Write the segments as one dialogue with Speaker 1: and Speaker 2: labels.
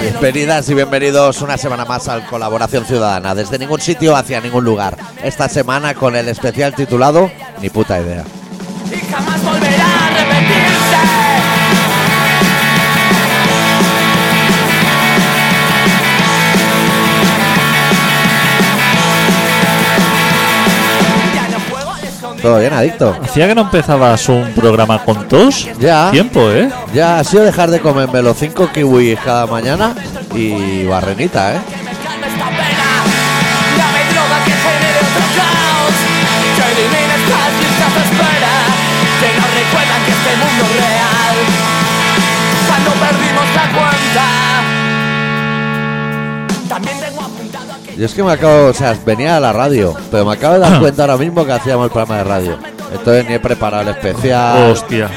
Speaker 1: Bienvenidas y bienvenidos una semana más al Colaboración Ciudadana, desde ningún sitio hacia ningún lugar. Esta semana con el especial titulado Ni puta idea.
Speaker 2: y jamás volverá a repetirse. Ya no puedo esconder
Speaker 1: ¿Todo bien, adicto?
Speaker 3: Hacía que no empezabas un programa con tos.
Speaker 1: Ya.
Speaker 3: Tiempo, ¿eh?
Speaker 1: Ya ha sido dejar de comerme los 5 kiwis cada mañana y barrenita, ¿eh?
Speaker 2: que me calme esta pena. Dame droga que genere otro caos. Que elimine estas listas de espera. Que nos recuerdan que este mundo es real. Cuando perdimos la cuenta. También tengo apuntado aquí.
Speaker 1: Yo es que me acabo, o sea, venía a la radio, pero me acabo de
Speaker 3: Ah.
Speaker 1: dar cuenta ahora mismo que hacíamos el programa de radio. Entonces ni he preparado el especial.
Speaker 3: Hostia.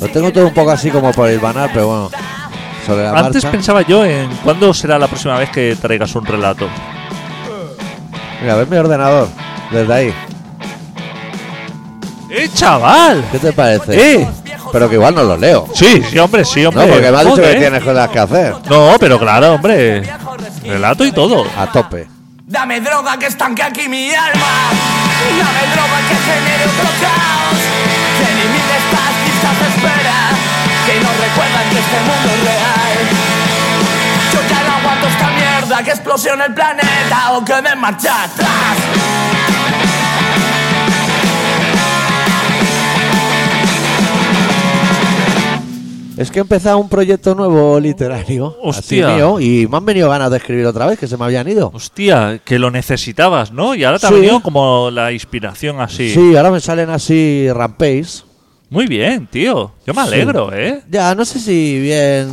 Speaker 1: Lo tengo todo un poco así como por el banal, pero bueno. Sobre la
Speaker 3: Antes
Speaker 1: marcha.
Speaker 3: pensaba yo en cuándo será la próxima vez que traigas un relato.
Speaker 1: Mira, ves mi ordenador. Desde ahí.
Speaker 3: ¡Eh, chaval!
Speaker 1: ¿Qué te parece?
Speaker 3: ¡Eh!
Speaker 1: Pero que igual no lo leo.
Speaker 3: Sí, sí, hombre, sí,
Speaker 1: No,
Speaker 3: hombre.
Speaker 1: porque me has dicho
Speaker 3: Joder.
Speaker 1: que tienes cosas que hacer.
Speaker 3: No, pero claro, hombre. Relato y todo.
Speaker 1: A tope.
Speaker 2: Dame droga que estanque aquí mi alma. Dame droga que genere otro caos. Que elimine estas listas de espera. Que nos recuerdan que este mundo es real. Yo ya no aguanto esta mierda que explosione el planeta o que me marcha atrás.
Speaker 1: Es que he empezado un proyecto nuevo literario.
Speaker 3: Hostia.
Speaker 1: así mío, y me han venido ganas de escribir otra vez, que se me habían ido.
Speaker 3: Hostia, que lo necesitabas, ¿no? Y ahora te ha
Speaker 1: Sí.
Speaker 3: venido como la inspiración así.
Speaker 1: Sí, ahora me salen así rampage.
Speaker 3: Muy bien, tío. Yo me alegro,
Speaker 1: Sí.
Speaker 3: ¿eh?
Speaker 1: Ya, no sé si bien.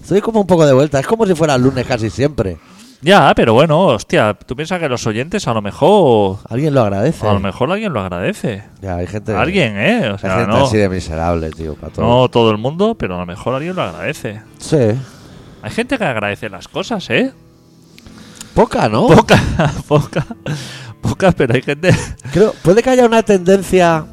Speaker 1: Estoy como un poco de vuelta. Es como si fuera el lunes casi siempre.
Speaker 3: Ya, pero bueno, hostia, tú piensas que los oyentes a lo mejor...
Speaker 1: Alguien lo agradece.
Speaker 3: A lo mejor alguien lo agradece.
Speaker 1: Ya, hay gente.
Speaker 3: Alguien, ¿eh? O
Speaker 1: Hay
Speaker 3: sea,
Speaker 1: gente
Speaker 3: no,
Speaker 1: así de miserable, tío, para todo.
Speaker 3: no todo el mundo, pero a lo mejor alguien lo agradece.
Speaker 1: Sí.
Speaker 3: Hay gente que agradece las cosas, ¿eh?
Speaker 1: Poca, ¿no?
Speaker 3: Poca, poca, pocas, pero hay gente...
Speaker 1: Creo, puede que haya una tendencia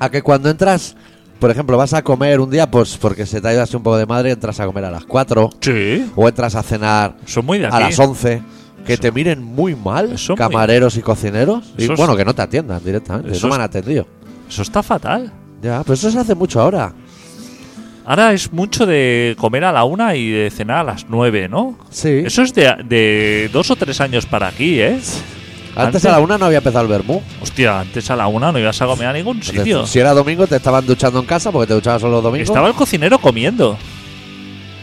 Speaker 1: a que cuando entras, por ejemplo, vas a comer un día, pues porque se te ha ido así un poco de madre, entras a comer a las 4
Speaker 3: Sí.
Speaker 1: o entras a cenar
Speaker 3: Son muy de aquí.
Speaker 1: a las 11. Que te miren muy mal
Speaker 3: Eso muy-
Speaker 1: camareros y cocineros. Y
Speaker 3: Eso es-
Speaker 1: bueno, que no te atiendan directamente.
Speaker 3: Eso
Speaker 1: No me
Speaker 3: es-
Speaker 1: han atendido.
Speaker 3: Eso está fatal.
Speaker 1: Ya, pero eso se hace mucho ahora.
Speaker 3: Ahora es mucho de comer a la una y de cenar a las nueve, ¿no?
Speaker 1: Sí.
Speaker 3: Eso es de, de dos o tres años para aquí, ¿eh?
Speaker 1: antes, a la una no había empezado el vermú.
Speaker 3: Hostia, antes a la una no ibas a comer a ningún sitio.
Speaker 1: Si era domingo, te estaban duchando en casa porque te duchabas solo los domingos.
Speaker 3: Estaba el cocinero comiendo.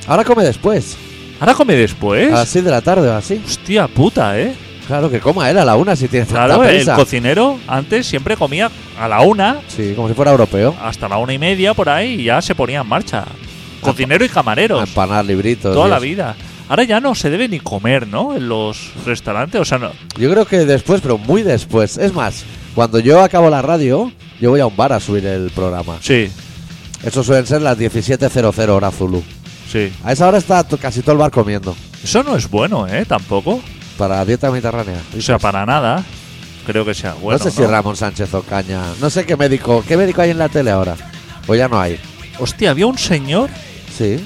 Speaker 1: Ahora come después,
Speaker 3: Ahora come después.
Speaker 1: a las 6 de la tarde o así.
Speaker 3: Hostia puta, ¿eh?
Speaker 1: Claro, que coma él a la una si tiene
Speaker 3: Claro,
Speaker 1: tanta
Speaker 3: el
Speaker 1: prisa.
Speaker 3: cocinero antes siempre comía a la una,
Speaker 1: Sí, como si fuera europeo.
Speaker 3: hasta la una y media por ahí y ya se ponía en marcha. Cocinero y
Speaker 1: A
Speaker 3: camareros,
Speaker 1: empanar libritos.
Speaker 3: toda
Speaker 1: y
Speaker 3: la
Speaker 1: eso.
Speaker 3: vida. Ahora ya no se debe ni comer, ¿no? En los restaurantes, o sea, no.
Speaker 1: Yo creo que después, pero muy después. Es más, cuando yo acabo la radio, yo voy a un bar a subir el programa.
Speaker 3: Sí,
Speaker 1: Eso suelen ser las 17.00 hora Zulu.
Speaker 3: sí.
Speaker 1: A esa hora está to- casi todo el bar comiendo.
Speaker 3: Eso no es bueno, ¿eh? Tampoco.
Speaker 1: Para la dieta mediterránea.
Speaker 3: O sea, para nada. Creo que sea bueno.
Speaker 1: no sé si Ramón Sánchez Ocaña. No sé qué médico. ¿Qué médico hay en la tele ahora? O ya no hay.
Speaker 3: Hostia, había un señor,
Speaker 1: Sí.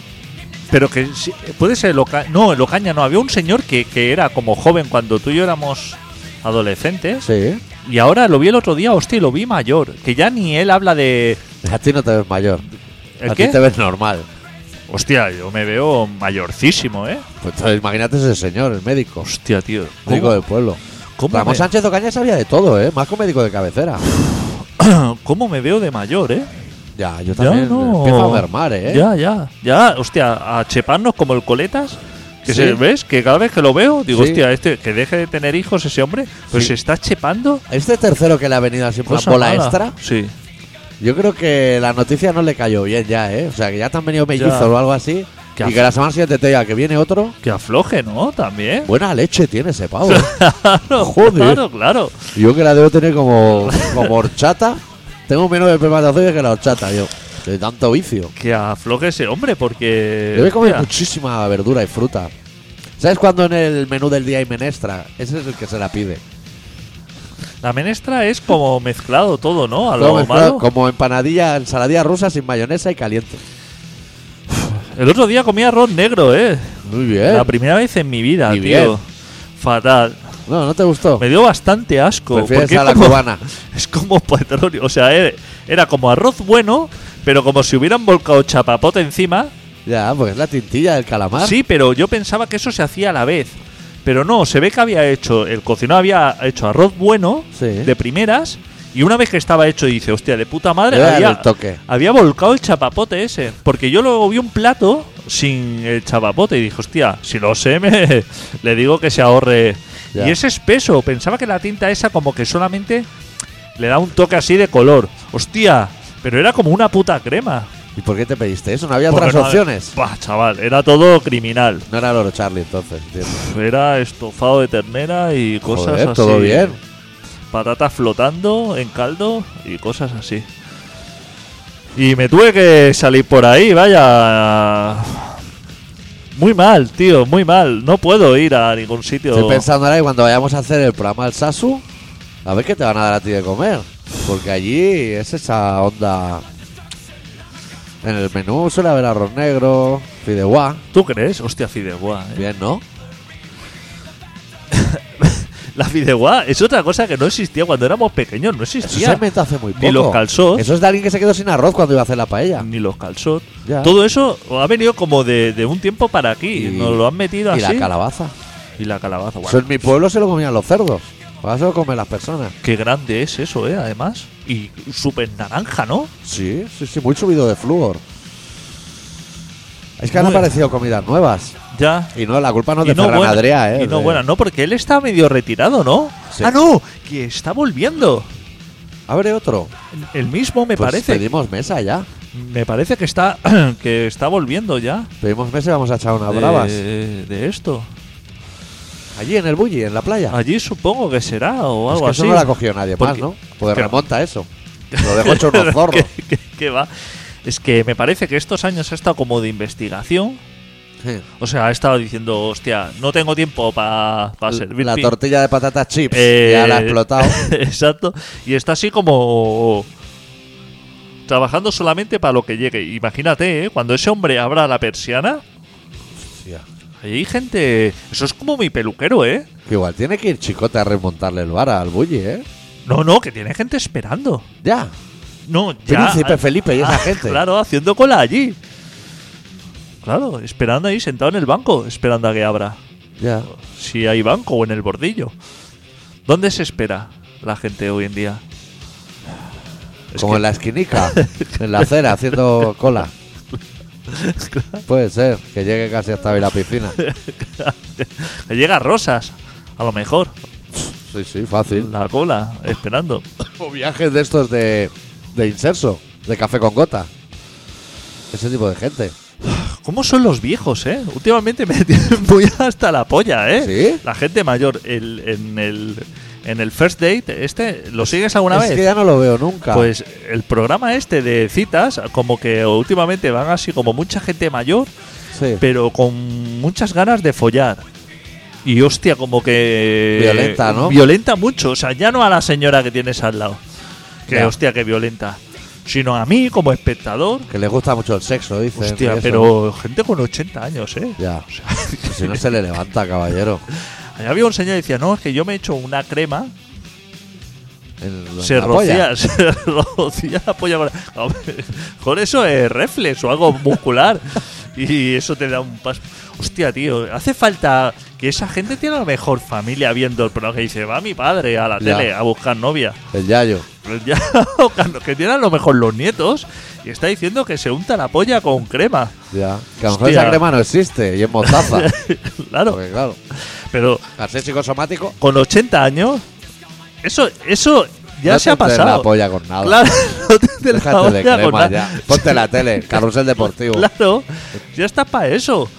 Speaker 3: pero que. sí- Puede ser Loca... No, Locaña no. Había un señor que, que era como joven cuando tú y yo éramos adolescentes.
Speaker 1: Sí.
Speaker 3: Y ahora lo vi el otro día, hostia, y lo vi mayor. Que ya ni él habla de.
Speaker 1: A ti no te ves mayor.
Speaker 3: ¿El
Speaker 1: a
Speaker 3: qué?
Speaker 1: ti te ves normal.
Speaker 3: Hostia, yo me veo mayorcísimo, ¿eh?
Speaker 1: Pues entonces, imagínate ese señor, el médico.
Speaker 3: Hostia, tío.
Speaker 1: Médico
Speaker 3: ¿Cómo,
Speaker 1: del pueblo.
Speaker 3: cómo
Speaker 1: Ramón
Speaker 3: me-
Speaker 1: Sánchez Ocaña sabía de todo, ¿eh? Más que un médico de cabecera.
Speaker 3: cómo me veo de mayor, eh?
Speaker 1: Ya, yo también
Speaker 3: ya no.
Speaker 1: empiezo a mermar, ¿eh?
Speaker 3: Ya, ya. Ya, hostia, a cheparnos como el coletas. Que
Speaker 1: Sí.
Speaker 3: se ves, que cada vez que lo veo, digo,
Speaker 1: Sí.
Speaker 3: hostia, este, que deje de tener hijos ese hombre, pues
Speaker 1: Sí.
Speaker 3: se está chepando.
Speaker 1: Este tercero que le ha venido así por la
Speaker 3: cosa
Speaker 1: bola
Speaker 3: mala.
Speaker 1: extra,
Speaker 3: Sí.
Speaker 1: yo creo que la noticia no le cayó bien ya, ¿eh? O sea, que ya te han venido mellizos
Speaker 3: Ya.
Speaker 1: o algo así.
Speaker 3: Qué
Speaker 1: Y que la semana siguiente te diga que viene otro.
Speaker 3: Que afloje, ¿no? También.
Speaker 1: Buena leche tiene ese pavo. ¿eh?
Speaker 3: Claro,
Speaker 1: Joder.
Speaker 3: claro, claro.
Speaker 1: yo que la debo tener como, como horchata. Tengo menos de espermatozoides que la horchata, yo. De tanto vicio.
Speaker 3: Que afloje ese hombre, porque.
Speaker 1: Debe comer
Speaker 3: hostia,
Speaker 1: muchísima verdura y fruta. ¿Sabes cuando en el menú del día hay menestra? Ese es el que se la pide.
Speaker 3: la menestra es como mezclado todo, ¿no? A
Speaker 1: Todo
Speaker 3: lo
Speaker 1: mezclado
Speaker 3: malo.
Speaker 1: como empanadilla, ensaladilla rusa sin mayonesa y caliente.
Speaker 3: El otro día comí arroz negro, ¿eh?
Speaker 1: Muy bien.
Speaker 3: La primera vez en mi vida,
Speaker 1: Y
Speaker 3: tío.
Speaker 1: bien.
Speaker 3: Fatal.
Speaker 1: No, no te gustó.
Speaker 3: Me dio bastante asco.
Speaker 1: Prefieres
Speaker 3: porque
Speaker 1: a
Speaker 3: es
Speaker 1: la
Speaker 3: como-
Speaker 1: cubana.
Speaker 3: Es como petróleo. O sea, era, era como arroz bueno, pero como si hubieran volcado chapapote encima.
Speaker 1: Ya, porque es la tintilla del calamar.
Speaker 3: Sí, pero yo pensaba que eso se hacía a la vez. Pero no, se ve que había hecho, el cocinero había hecho arroz bueno
Speaker 1: Sí.
Speaker 3: de primeras y una vez que estaba hecho dice, hostia, de puta madre,
Speaker 1: Le voy a dar
Speaker 3: había,
Speaker 1: el toque.
Speaker 3: había volcado el chapapote ese. Porque yo luego vi un plato sin el chapapote y dije, hostia, si lo sé, me- le digo que se ahorre.
Speaker 1: Ya.
Speaker 3: Y es espeso, pensaba que la tinta esa como que solamente le da un toque así de color. Hostia, pero era como una puta crema.
Speaker 1: ¿Y por qué te pediste eso? No había
Speaker 3: Porque
Speaker 1: otras
Speaker 3: no-
Speaker 1: opciones.
Speaker 3: Buah, chaval, era todo criminal.
Speaker 1: No era Loro Charlie entonces, entiendo.
Speaker 3: Era estofado de ternera y cosas
Speaker 1: Joder,
Speaker 3: así.
Speaker 1: todo bien.
Speaker 3: Patatas flotando en caldo y cosas así. Y me tuve que salir por ahí, vaya. Muy mal, tío, muy mal. No puedo ir a ningún sitio.
Speaker 1: Estoy pensando ahora que cuando vayamos a hacer el programa al Sasu, a ver qué te van a dar a ti de comer. Porque allí es esa onda. En el menú suele haber arroz negro, fideuá.
Speaker 3: ¿Tú crees? Hostia, fideuá. ¿eh?
Speaker 1: Bien, ¿no?
Speaker 3: La fideuá es otra cosa que no existía cuando éramos pequeños, no
Speaker 1: Eso
Speaker 3: existía.
Speaker 1: se inventó hace muy
Speaker 3: Ni
Speaker 1: poco.
Speaker 3: los calzós.
Speaker 1: Eso es de alguien que se quedó sin arroz cuando iba a hacer la paella.
Speaker 3: Ni los calzot.
Speaker 1: Ya.
Speaker 3: Todo eso ha venido como de, de un tiempo para aquí.
Speaker 1: Y-
Speaker 3: Nos lo han metido
Speaker 1: Y
Speaker 3: así.
Speaker 1: la calabaza.
Speaker 3: y la calabaza. Bueno,
Speaker 1: Eso en mi pueblo se lo comían los cerdos. Ahora se lo comen las personas.
Speaker 3: Qué grande es eso, ¿eh? Además. Y súper naranja, ¿no?
Speaker 1: Sí, sí, sí, muy subido de flúor. Es que han
Speaker 3: Muy-
Speaker 1: aparecido comidas nuevas.
Speaker 3: Ya.
Speaker 1: Y no, la culpa no es
Speaker 3: Y
Speaker 1: de
Speaker 3: no,
Speaker 1: Ferran
Speaker 3: buena,
Speaker 1: Adrià, ¿eh?
Speaker 3: y no
Speaker 1: de-
Speaker 3: buena, no, porque él está medio retirado, ¿no?
Speaker 1: Sí.
Speaker 3: Ah, no, que está volviendo.
Speaker 1: Abre otro.
Speaker 3: El mismo me
Speaker 1: Pues
Speaker 3: parece.
Speaker 1: Pedimos mesa ya.
Speaker 3: Me parece que está que está volviendo ya.
Speaker 1: Pedimos mesa y vamos a echar unas
Speaker 3: de-
Speaker 1: bravas.
Speaker 3: De, esto.
Speaker 1: Allí en el bully, en la playa.
Speaker 3: Allí supongo que será o
Speaker 1: Es
Speaker 3: algo
Speaker 1: que
Speaker 3: así.
Speaker 1: eso no la cogió nadie
Speaker 3: Porque-
Speaker 1: más, ¿no? Pues
Speaker 3: que-
Speaker 1: remonta eso. Lo dejo hecho unos zorros.
Speaker 3: ¿Qué- qué- qué va? Es que me parece que estos años ha estado como de investigación. O sea, ha estado diciendo, hostia, no tengo tiempo para servir.
Speaker 1: la
Speaker 3: pi-
Speaker 1: tortilla de patatas chips.
Speaker 3: Eh,
Speaker 1: Ya la ha explotado.
Speaker 3: Exacto. Y está así como. Trabajando solamente para lo que llegue. Imagínate, ¿eh? cuando ese hombre abra la persiana.
Speaker 1: Hostia.
Speaker 3: Hay gente. Eso es como mi peluquero, ¿eh?
Speaker 1: Que igual tiene que ir chicote a remontarle el bar al bully, ¿eh?
Speaker 3: No, no, que tiene gente esperando.
Speaker 1: Ya.
Speaker 3: No, ya.
Speaker 1: Príncipe Felipe y esa gente.
Speaker 3: Claro, haciendo cola allí. Claro, esperando ahí, sentado en el banco, esperando a que abra.
Speaker 1: Ya.
Speaker 3: Si hay banco o en el bordillo. ¿Dónde se espera la gente hoy en día? Es
Speaker 1: Como
Speaker 3: que-
Speaker 1: en la esquinica, en la acera, haciendo cola. Puede ser que llegue casi hasta hoy la piscina.
Speaker 3: Le llega Rosas, a lo mejor,
Speaker 1: Sí, sí, fácil.
Speaker 3: la cola, esperando.
Speaker 1: O viajes de estos de, de inserso, de café con gota. Ese tipo de gente.
Speaker 3: ¿Cómo son los viejos, eh? Últimamente me tienen muy hasta la polla, eh.
Speaker 1: ¿Sí?
Speaker 3: La gente mayor, el- en, el, en el first date, este, ¿lo sigues alguna
Speaker 1: Pues es
Speaker 3: vez?
Speaker 1: que ya no lo veo nunca.
Speaker 3: Pues el programa este de citas, como que últimamente van así como mucha gente mayor,
Speaker 1: sí.
Speaker 3: pero con muchas ganas de follar. Y hostia, como que.
Speaker 1: Violenta, ¿no?
Speaker 3: Violenta mucho. O sea, ya no a la señora que tienes al lado. Que
Speaker 1: Ya.
Speaker 3: hostia, que violenta. Sino a mí como espectador.
Speaker 1: Que les gusta mucho el sexo, dicen. y
Speaker 3: Hostia,
Speaker 1: eso.
Speaker 3: pero gente con 80 años, ¿eh?
Speaker 1: Ya. Pues
Speaker 3: O sea,
Speaker 1: Si no se le levanta, caballero.
Speaker 3: allá había un señor que decía, no, es que yo me he hecho una crema.
Speaker 1: En- en
Speaker 3: Se
Speaker 1: Pues la polla.
Speaker 3: rocía, se rocía la polla con, la- Hombre, con eso es reflex o algo muscular. y eso te da un paso. Hostia, tío, hace falta que esa gente tiene la mejor familia viendo el programa. Que dice, va mi padre a la
Speaker 1: Ya.
Speaker 3: tele a buscar novia.
Speaker 1: El yayo.
Speaker 3: Pues Ya, que tienen a lo mejor los nietos y está diciendo que se unta la polla con crema.
Speaker 1: Ya. Que a lo mejor
Speaker 3: Hostia.
Speaker 1: esa crema no existe y es mostaza.
Speaker 3: claro,
Speaker 1: Porque claro,
Speaker 3: pero
Speaker 1: al ser psicosomático,
Speaker 3: con 80 años, eso, eso ya
Speaker 1: no
Speaker 3: se ha
Speaker 1: te entres
Speaker 3: pasado.
Speaker 1: la polla con nada.
Speaker 3: Claro, no te entres la
Speaker 1: Déjate de
Speaker 3: polla con
Speaker 1: crema
Speaker 3: nada.
Speaker 1: ya. Ponte la tele, carrusel deportivo.
Speaker 3: Claro, ya está para eso.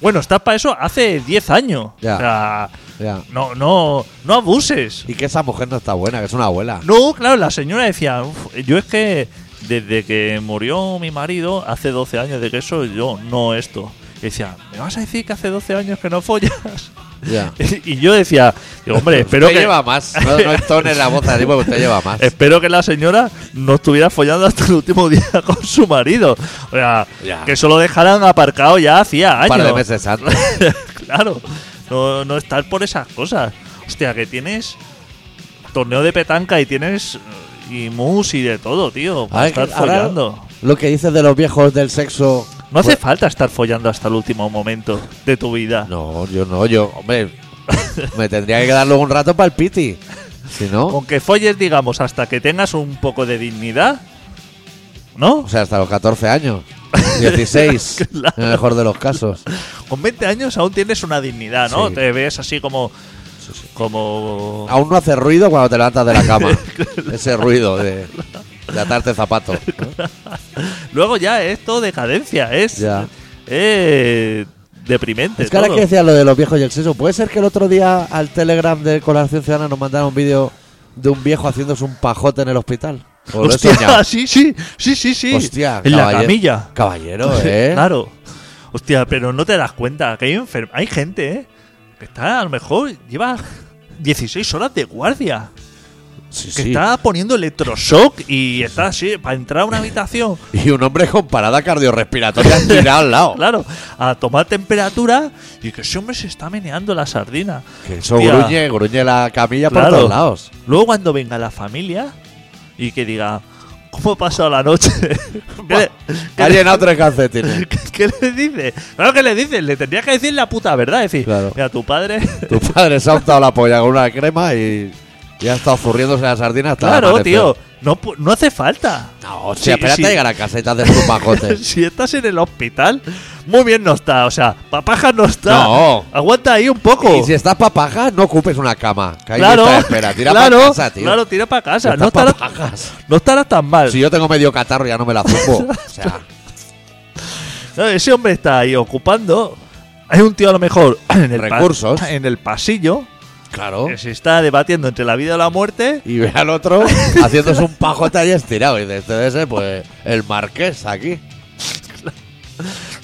Speaker 3: Bueno, está para eso hace 10 años.
Speaker 1: Ya.
Speaker 3: O sea,
Speaker 1: Ya.
Speaker 3: no, no, no abuses.
Speaker 1: Y que esa mujer no está buena, que es una abuela.
Speaker 3: No, claro, la señora decía, "Uf, yo es que desde que murió mi marido, hace 12 años de que eso, yo no esto. Y decía, ¿me vas a decir que hace 12 años que no follas?
Speaker 1: Ya.
Speaker 3: Y yo decía, digo, hombre, espero
Speaker 1: Usted
Speaker 3: que.
Speaker 1: lleva más. No, no entones la voz así porque usted lleva más.
Speaker 3: Espero que la señora no estuviera follando hasta el último día con su marido. O sea,
Speaker 1: Ya.
Speaker 3: que solo dejaran aparcado ya hacía
Speaker 1: Un
Speaker 3: años.
Speaker 1: par de meses antes.
Speaker 3: claro. No, no estar por esas cosas. Hostia, que tienes torneo de petanca y tienes eh, y mus y de todo, tío. Para
Speaker 1: Ahora-
Speaker 3: estar
Speaker 1: ahora
Speaker 3: follando.
Speaker 1: Lo que dices de los viejos del sexo.
Speaker 3: No hace
Speaker 1: pues-
Speaker 3: falta estar follando hasta el último momento de tu vida.
Speaker 1: No, yo no, yo. Hombre, me tendría que quedar luego un rato para el piti. Si no.
Speaker 3: Con que folles, digamos, hasta que tengas un poco de dignidad. ¿No?
Speaker 1: O sea, hasta los 14 años. 16,
Speaker 3: Claro.
Speaker 1: en el mejor de los casos.
Speaker 3: Con 20 años aún tienes una dignidad, ¿no?
Speaker 1: Sí. Ah.
Speaker 3: Te ves así como. Como.
Speaker 1: Aún no hace ruido cuando te levantas de la cama. Ese ruido de, de atarte zapatos.
Speaker 3: Luego ya es todo decadencia, es.
Speaker 1: Ya.
Speaker 3: eh, deprimente.
Speaker 1: Es que ahora
Speaker 3: todo.
Speaker 1: que decías lo de los viejos y el sexo, ¿puede ser que el otro día al Telegram de Colaboración Ciudadana nos mandaron un vídeo de un viejo haciéndose un pajote en el hospital? ¿O Pues lo he soñado?
Speaker 3: Hostia, sí, sí, sí, sí, sí.
Speaker 1: Hostia,
Speaker 3: en la
Speaker 1: caballe-
Speaker 3: camilla.
Speaker 1: Caballero, ¿eh?
Speaker 3: Claro. Hostia, pero no te das cuenta que hay enfer- hay gente, ¿eh? Que está, a lo mejor, lleva 16 horas de guardia.
Speaker 1: Sí,
Speaker 3: Que
Speaker 1: sí.
Speaker 3: está poniendo electroshock y está así, para entrar a una habitación,
Speaker 1: Y un hombre con parada cardiorrespiratoria tirado al lado.
Speaker 3: claro, a tomar temperatura y que ese hombre se está meneando la sardina.
Speaker 1: Que eso
Speaker 3: Hostia.
Speaker 1: gruñe, gruñe la camilla
Speaker 3: Claro.
Speaker 1: por todos lados.
Speaker 3: Luego cuando venga la familia y que diga, ¿cómo ha pasado la noche? ¿Qué, le,
Speaker 1: Ha llenado tres calcetines.
Speaker 3: qué- qué le dices? Claro que le dices, le tendrías que decir la puta verdad, es decir,
Speaker 1: Claro.
Speaker 3: mira, tu padre...
Speaker 1: tu padre se ha untado la polla con una crema y, y ha estado zurriéndose la sardina hasta el
Speaker 3: Claro,
Speaker 1: amanecer.
Speaker 3: tío, no, pu- no hace falta.
Speaker 1: No, hostia,
Speaker 3: Sí,
Speaker 1: espérate
Speaker 3: sí.
Speaker 1: a llegar a casa y te haces un pajote.
Speaker 3: si estás en el hospital, muy bien no está, o sea, papaja no está.
Speaker 1: No.
Speaker 3: Aguanta ahí un poco.
Speaker 1: Y si estás pa' pajas, no ocupes una cama. Que ahí
Speaker 3: claro,
Speaker 1: no está de espera. Tira
Speaker 3: claro,
Speaker 1: pa' casa, tío.
Speaker 3: Claro, tira para
Speaker 1: Si
Speaker 3: casa. No
Speaker 1: estás pa'
Speaker 3: estará,
Speaker 1: pajas.
Speaker 3: no estará tan mal.
Speaker 1: Si yo tengo medio catarro, ya no me la zupo. O sea,
Speaker 3: No, Ese hombre está ahí ocupando. Hay un tío a lo mejor en el pa-
Speaker 1: Recursos.
Speaker 3: en el pasillo
Speaker 1: claro.
Speaker 3: que se está debatiendo entre la vida o la muerte.
Speaker 1: Y ve al otro haciéndose un pajote ahí estirado. Y dice, este debe ser, pues, el marqués aquí.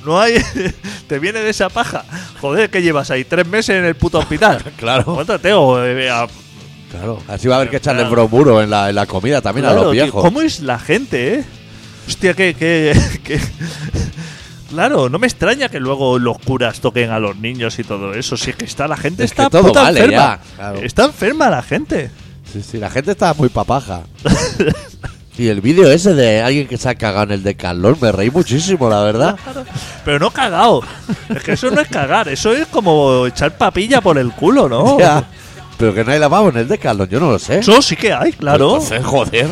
Speaker 3: No hay. te viene de esa paja. Joder, que llevas ahí tres meses en el puto hospital.
Speaker 1: Claro.
Speaker 3: Cuéntate o eh, a-
Speaker 1: Claro. Así va a haber que echarle
Speaker 3: Claro.
Speaker 1: bromuro en la, en la comida también a
Speaker 3: Claro,
Speaker 1: los
Speaker 3: tío,
Speaker 1: viejos.
Speaker 3: ¿Cómo es la gente, eh? Hostia, que, que- que- Claro, no me extraña que luego los curas toquen a los niños y todo eso. Si es que está la gente,
Speaker 1: Es que
Speaker 3: está
Speaker 1: todo
Speaker 3: puta
Speaker 1: vale
Speaker 3: enferma.
Speaker 1: ya, claro.
Speaker 3: Está enferma la gente.
Speaker 1: Sí, sí, la gente está muy papaja. y el vídeo ese de alguien que se ha cagado en el de calor, me reí muchísimo, la verdad.
Speaker 3: Pero no cagado. Es que eso no es cagar, eso es como echar papilla por el culo, ¿no?
Speaker 1: Ya. Pero que no hay lavabo en el de calor, yo no lo sé.
Speaker 3: Eso sí que hay, claro.
Speaker 1: Pues Entonces, joder.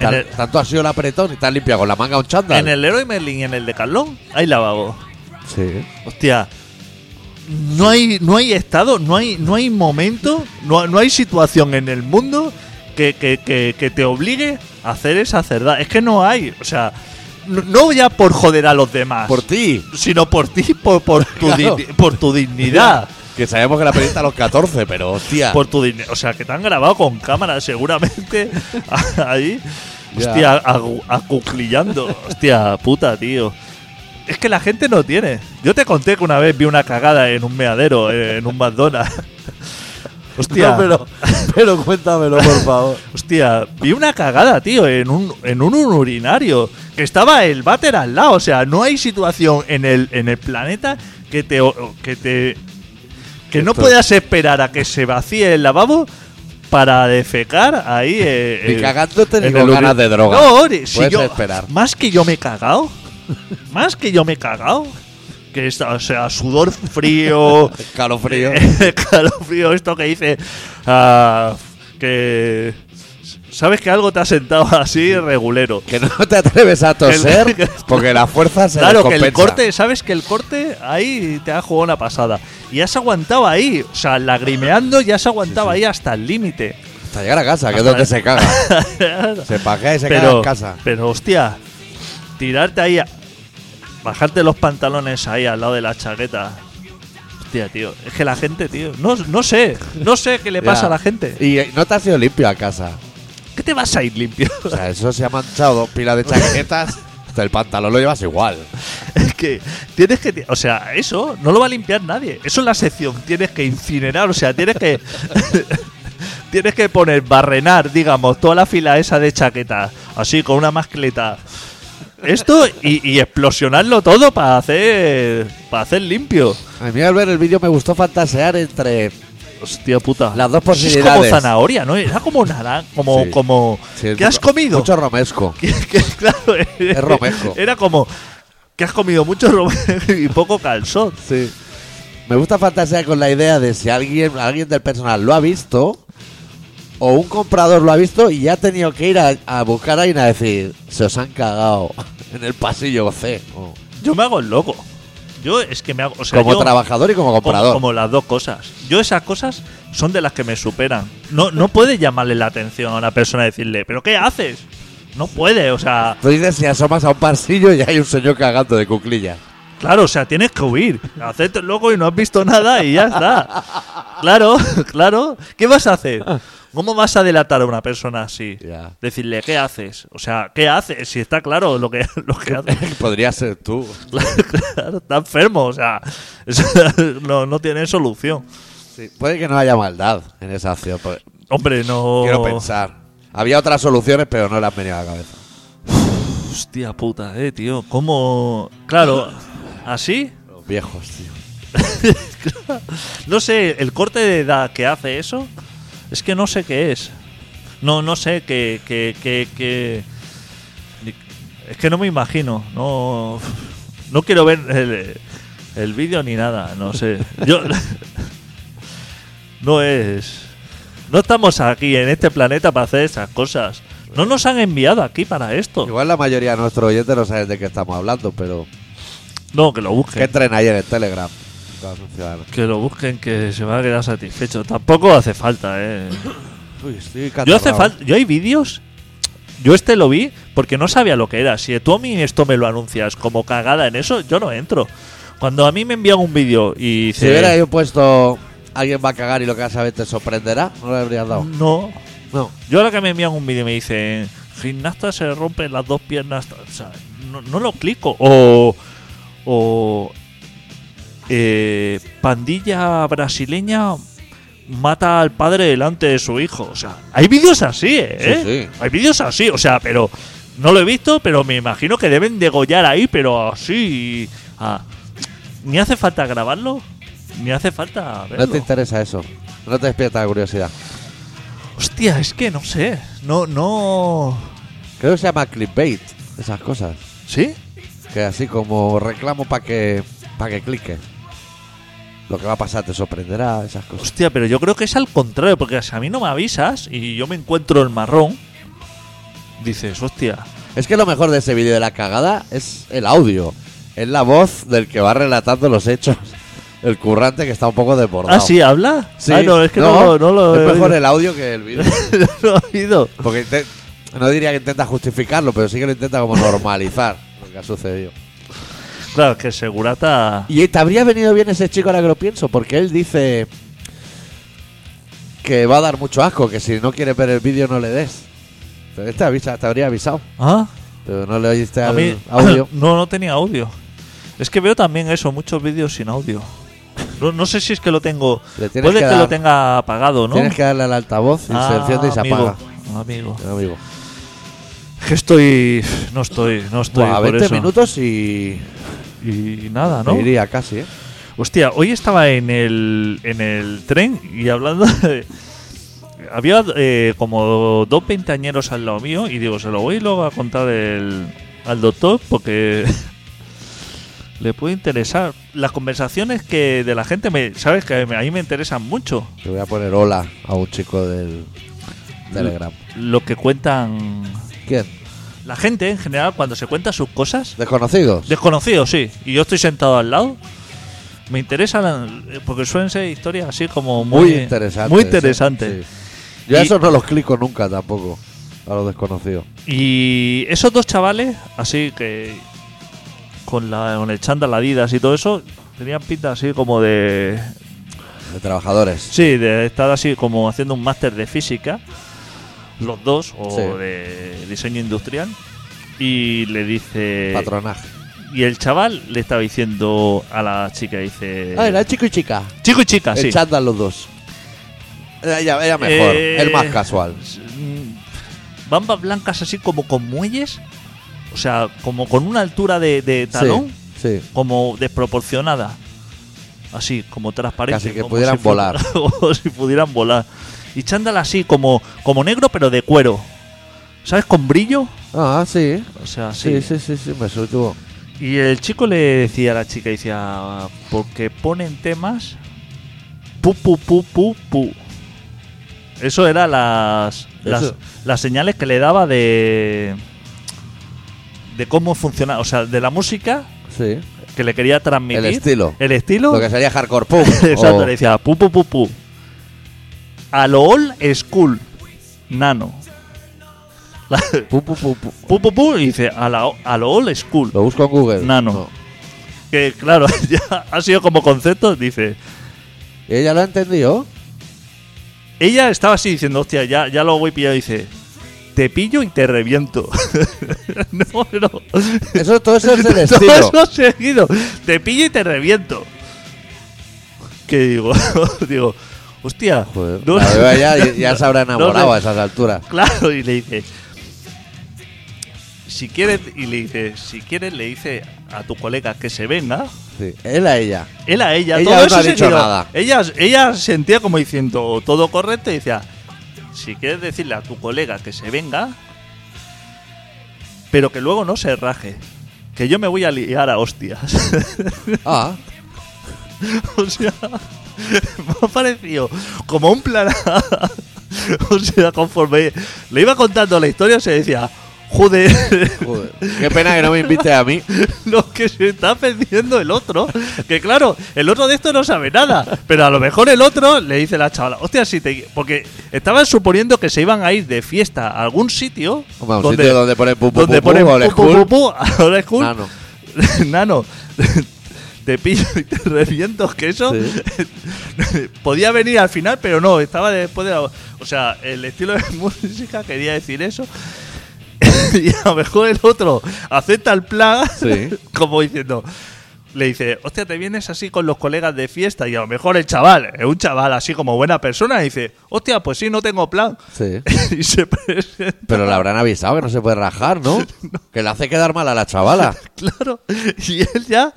Speaker 3: En
Speaker 1: Tan-
Speaker 3: el-
Speaker 1: Tanto ha sido el apretón y tan limpia con la manga un chándal.
Speaker 3: En el Leroy Merlin y en el de Carlón hay lavabo.
Speaker 1: Sí.
Speaker 3: Hostia. No hay, no hay estado, no hay, no hay momento, no, no hay situación en el mundo que, que- que- que te obligue a hacer esa cerdad. Es que no hay, o sea, no, no ya por joder a los demás,
Speaker 1: Por ti.
Speaker 3: sino por ti, por, por tu,
Speaker 1: Claro.
Speaker 3: digni- por tu dignidad.
Speaker 1: Que sabemos que la película a los 14, pero hostia.
Speaker 3: Por tu dignidad. O sea, que te han grabado con cámara seguramente ahí.
Speaker 1: Ya.
Speaker 3: Hostia, agu- acuclillando. Hostia, puta, tío. Es que la gente no tiene. Yo te conté que una vez vi una cagada en un meadero, eh, en un McDonald's. Hostia,
Speaker 1: No, pero, pero cuéntamelo, por favor.
Speaker 3: hostia, vi una cagada, tío, en un, en un urinario. Que estaba el váter al lado. O sea, no hay situación en el, en el planeta que te. o- que te. que no
Speaker 1: Esto-
Speaker 3: puedas esperar a que se vacíe el lavabo para defecar ahí. eh,
Speaker 1: Ni
Speaker 3: eh,
Speaker 1: cagándote ni
Speaker 3: en
Speaker 1: con
Speaker 3: el uri-
Speaker 1: ganas de droga.
Speaker 3: No, ore, si
Speaker 1: Puedes
Speaker 3: yo-
Speaker 1: esperar.
Speaker 3: Más que yo me he cagado. más que yo me he cagado. Que esta, o sea, sudor frío.
Speaker 1: Calofrío.
Speaker 3: Eh. Calofrío, esto que dice. ah, que. Sabes que algo te ha sentado así regulero.
Speaker 1: que no te atreves a toser
Speaker 3: El-
Speaker 1: porque la fuerza se
Speaker 3: Claro, que el
Speaker 1: descompensa.
Speaker 3: corte, sabes que el corte ahí te ha jugado una pasada. Y has aguantado ahí, o sea, lagrimeando, ya has aguantado ahí hasta el límite.
Speaker 1: Hasta llegar a casa, que es donde se caga. Se pajea y se caga en casa.
Speaker 3: Pero hostia, tirarte ahí, a- bajarte los pantalones ahí al lado de la chaqueta. Hostia, tío, es que la gente, tío, no, no sé, no sé qué le pasa
Speaker 1: Ya.
Speaker 3: a la gente.
Speaker 1: Y eh, no te has ido limpio a casa.
Speaker 3: ¿Qué te vas a ir limpio?
Speaker 1: O sea, eso se ha manchado dos pilas de chaquetas. hasta el pantalón lo llevas igual.
Speaker 3: es que tienes que. O sea, eso no lo va a limpiar nadie. Eso en la sección tienes que incinerar. O sea, tienes que. tienes que poner, barrenar, digamos, toda la fila esa de chaquetas. Así, con una mascleta. Esto y, y explosionarlo todo para hacer. Para hacer limpio.
Speaker 1: A mí al ver el vídeo me gustó fantasear entre
Speaker 3: Hostia puta.
Speaker 1: Las dos
Speaker 3: Es como
Speaker 1: posibilidades.
Speaker 3: zanahoria, ¿no? Era como naranja. Como.
Speaker 1: Sí.
Speaker 3: como
Speaker 1: Sí, es
Speaker 3: ¿Qué has
Speaker 1: mucho-
Speaker 3: comido?
Speaker 1: Mucho romesco.
Speaker 3: que, que, claro, era-
Speaker 1: romejo.
Speaker 3: Era como que has comido mucho romejo y poco calzón.
Speaker 1: Sí. Me gusta fantasear con la idea de si alguien, alguien del personal lo ha visto o un comprador lo ha visto y ya ha tenido que ir a, a buscar a alguien a decir, se os han cagado en el pasillo C. o-
Speaker 3: Yo me hago el loco. Yo es que me hago. O sea,
Speaker 1: como
Speaker 3: yo-
Speaker 1: trabajador y como
Speaker 3: como-
Speaker 1: comprador.
Speaker 3: como las dos cosas. Yo esas cosas son de las que me superan. No, no puedes llamarle la atención a una persona y decirle, ¿pero qué haces? No puede, o sea.
Speaker 1: Tú dices si asomas a un pasillo y hay un señor cagando de cuclillas.
Speaker 3: Claro, o sea, tienes que huir. Hacerte loco y no has visto nada y ya está. Claro, claro. ¿Qué vas a hacer? ¿Cómo vas a delatar a una persona así?
Speaker 1: Ya.
Speaker 3: Decirle, ¿qué haces? O sea, ¿qué haces? Si está claro lo que, lo que haces.
Speaker 1: Podría ser tú.
Speaker 3: Claro, está enfermo, o sea, eso no, no tiene solución.
Speaker 1: Sí, Puede que no haya maldad en esa acción. porque-
Speaker 3: Hombre, no.
Speaker 1: Quiero pensar. Había otras soluciones, pero no las venía a la cabeza.
Speaker 3: Hostia puta, eh, tío. ¿Cómo.? Claro, así.
Speaker 1: Los viejos, tío.
Speaker 3: No sé, el corte de edad que hace eso, es que no sé qué es. No, no sé qué. qué- qué- qué- ni- es que no me imagino. No, no quiero ver el, el vídeo ni nada, no sé. Yo. No es. No estamos aquí en este planeta para hacer esas cosas. No nos han enviado aquí para esto.
Speaker 1: Igual la mayoría de nuestros oyentes no saben de qué estamos hablando, pero
Speaker 3: No, que lo
Speaker 1: que
Speaker 3: busquen.
Speaker 1: entren ahí en el Telegram. Todos los ciudadanos.
Speaker 3: Que lo busquen, que se van a quedar satisfechos. Tampoco hace falta, eh.
Speaker 1: Uy, estoy
Speaker 3: Yo hace
Speaker 1: catarrao.
Speaker 3: falta. Yo hay vídeos. Yo este lo vi porque no sabía lo que era. Si tú a mí esto me lo anuncias como cagada en eso, yo no entro. Cuando a mí me envían un vídeo y
Speaker 1: Si
Speaker 3: dice,
Speaker 1: hubiera yo puesto alguien va a cagar y lo que vas a ver te sorprenderá, no le habrías dado.
Speaker 3: no,
Speaker 1: No.
Speaker 3: yo ahora que me envían un vídeo y me dicen gimnasta se rompe las dos piernas, o sea, no, no lo clico. O, o eh, pandilla brasileña mata al padre delante de su hijo. O sea, hay vídeos así, ¿eh?
Speaker 1: Sí, sí.
Speaker 3: Hay vídeos así, o sea, pero no lo he visto, pero me imagino que deben degollar ahí, pero así. ah. Ni hace falta grabarlo, ni hace falta verlo.
Speaker 1: No te interesa eso. No te despierta la curiosidad.
Speaker 3: Hostia, es que no sé. No, no.
Speaker 1: Creo que se llama clickbait, esas cosas.
Speaker 3: ¿Sí?
Speaker 1: Que así como reclamo para que para que cliques. Lo que va a pasar te sorprenderá, esas cosas.
Speaker 3: Hostia, pero yo creo que es al contrario, porque si a mí no me avisas y yo me encuentro el marrón, dices, hostia.
Speaker 1: Es que lo mejor de ese vídeo de la cagada es el audio. Es la voz del que va relatando los hechos. El currante que está un poco desbordado.
Speaker 3: Ah, sí, habla.
Speaker 1: Sí.
Speaker 3: Ah, no, es que no, lo- no lo he
Speaker 1: Es mejor
Speaker 3: oído.
Speaker 1: el audio que el vídeo.
Speaker 3: No lo he oído.
Speaker 1: Porque inte- no diría que intenta justificarlo, pero sí que lo intenta como normalizar lo que ha sucedido.
Speaker 3: Claro, que segurata.
Speaker 1: Y te habría venido bien ese chico ahora que lo pienso, porque él dice que va a dar mucho asco, que si no quieres ver el vídeo no le des. Entonces te, avisa, te habría avisado,
Speaker 3: ¿Ah?
Speaker 1: pero no le oíste
Speaker 3: A
Speaker 1: al
Speaker 3: mí-
Speaker 1: audio.
Speaker 3: No, no tenía audio. Es que veo también eso, muchos vídeos sin audio. No, no sé si es que lo tengo.
Speaker 1: Le
Speaker 3: Puede
Speaker 1: tienes
Speaker 3: que,
Speaker 1: que
Speaker 3: lo
Speaker 1: dar-
Speaker 3: tenga apagado, ¿no?
Speaker 1: Tienes que darle al altavoz y
Speaker 3: Ah,
Speaker 1: se enciende y se
Speaker 3: amigo,
Speaker 1: apaga.
Speaker 3: Amigo.
Speaker 1: Amigo.
Speaker 3: Que estoy. No estoy, no estoy.
Speaker 1: Buah,
Speaker 3: por
Speaker 1: 20
Speaker 3: eso.
Speaker 1: minutos y
Speaker 3: Y nada, ¿no?
Speaker 1: me iría casi, ¿eh?
Speaker 3: Hostia, hoy estaba en el, en el tren y hablando de- Había eh, como dos veinteañeros al lado mío y digo, se lo voy luego a contar el- al doctor porque le puede interesar. Las conversaciones que de la gente, me, sabes que me- a mí me interesan mucho.
Speaker 1: Le voy a poner hola a un chico del Telegram.
Speaker 3: Lo que cuentan
Speaker 1: ¿Quién?
Speaker 3: la gente en general cuando se cuenta sus cosas.
Speaker 1: ¿Desconocidos?
Speaker 3: Desconocido, sí. Y yo estoy sentado al lado. Me interesan, eh, porque suelen ser historias así como muy,
Speaker 1: Muy interesante.
Speaker 3: Muy interesantes.
Speaker 1: Yo a
Speaker 3: Y-
Speaker 1: esos no los clico nunca tampoco, a los desconocidos.
Speaker 3: Y esos dos chavales, así que con, la, con el chándal Adidas y todo eso, tenían pinta así como de.
Speaker 1: De trabajadores.
Speaker 3: Sí, de estar así como haciendo un máster de física, los dos, o
Speaker 1: Sí.
Speaker 3: de diseño industrial. Y le dice.
Speaker 1: Patronaje.
Speaker 3: Y el chaval le estaba diciendo a la chica, dice...
Speaker 1: Ah, era chico y chica.
Speaker 3: Eh, Chico y chica,
Speaker 1: El
Speaker 3: sí.
Speaker 1: chándal los dos. Ah, Era, era- era mejor,
Speaker 3: Eh,
Speaker 1: el más casual.
Speaker 3: mm, Bambas blancas así como con muelles, o sea, como con una altura de, de talón,
Speaker 1: Sí, sí.
Speaker 3: como desproporcionada. Así, como transparente.
Speaker 1: Casi que
Speaker 3: como
Speaker 1: pudieran
Speaker 3: si fuera-
Speaker 1: volar.
Speaker 3: como si pudieran volar. Y chándal así, como, como negro, pero de cuero. ¿Sabes? Con brillo.
Speaker 1: Ah, sí.
Speaker 3: O sea,
Speaker 1: Sí, sí,
Speaker 3: así.
Speaker 1: sí, sí, me sostuvo.
Speaker 3: Y el chico le decía a la chica, decía, porque ponen temas... Pu, pu, pu, pu, pu. Eso era las, las,
Speaker 1: Eso.
Speaker 3: las señales que le daba de... De cómo funcionaba, o sea, de la música
Speaker 1: Sí.
Speaker 3: que le quería transmitir.
Speaker 1: El estilo.
Speaker 3: El estilo.
Speaker 1: Lo que Oh. sería hardcore punk.
Speaker 3: Exacto,
Speaker 1: o-
Speaker 3: le decía, pu, pu, pu, pu. A lo old school, nano. La-
Speaker 1: pu, pu, pu, pu.
Speaker 3: pu, pu, pu, y dice, a, la, a lo old school.
Speaker 1: Lo busco en Google.
Speaker 3: Nano.
Speaker 1: No.
Speaker 3: Que claro, ya ha sido como concepto, dice.
Speaker 1: ¿Y ella lo entendió?
Speaker 3: Ella estaba así diciendo, hostia, ya, ya lo voy pillando, dice. Te pillo y te reviento. no, no.
Speaker 1: Eso todo eso es el
Speaker 3: Todo
Speaker 1: estilo.
Speaker 3: eso seguido. Te pillo y te reviento. Que digo, digo, hostia.
Speaker 1: Joder,
Speaker 3: no-
Speaker 1: la veo ya, ya- ya se habrá
Speaker 3: no
Speaker 1: enamorado
Speaker 3: re-
Speaker 1: a esas alturas.
Speaker 3: Claro, y le dice. Si quieres, y le dice, si quieres, le dice a tu colega que se venga.
Speaker 1: Sí. Él a ella.
Speaker 3: Él a ella,
Speaker 1: Ella
Speaker 3: todo
Speaker 1: no
Speaker 3: eso
Speaker 1: ha dicho
Speaker 3: seguido.
Speaker 1: nada.
Speaker 3: Ella, ella sentía como diciendo todo correcto y decía, si quieres decirle a tu colega que se venga, pero que luego no se raje. Que yo me voy a liar a hostias.
Speaker 1: Ah,
Speaker 3: o sea, me ha parecido como un plan. A. o sea, conforme le iba contando la historia, se decía, joder,
Speaker 1: joder. Qué pena que no me invite a mí.
Speaker 3: lo que se está perdiendo el otro. Que claro, el otro de esto no sabe nada. Pero a lo mejor el otro le dice la chavala, hostia, si te. Porque estaban suponiendo que se iban a ir de fiesta a algún sitio.
Speaker 1: Hombre, a un sitio donde ponen pu, pu,
Speaker 3: donde
Speaker 1: pu, pu,
Speaker 3: ponen
Speaker 1: old
Speaker 3: pu, pu,
Speaker 1: school. Ah,
Speaker 3: pu, pu, a old school.
Speaker 1: Nano.
Speaker 3: Nano, Te pillo y te reviento que eso podía venir al final, pero no, estaba después de la. O sea, el estilo de música quería decir eso. y a lo mejor el otro acepta el plan,
Speaker 1: Sí.
Speaker 3: como diciendo. Le dice, hostia, te vienes así con los colegas de fiesta. Y a lo mejor el chaval, es un chaval así como buena persona, y dice, hostia, pues sí, no tengo plan.
Speaker 1: Sí.
Speaker 3: y se presenta.
Speaker 1: Pero le habrán avisado que no se puede rajar, ¿no? Que le hace quedar mal a la chavala.
Speaker 3: Claro, y él ya.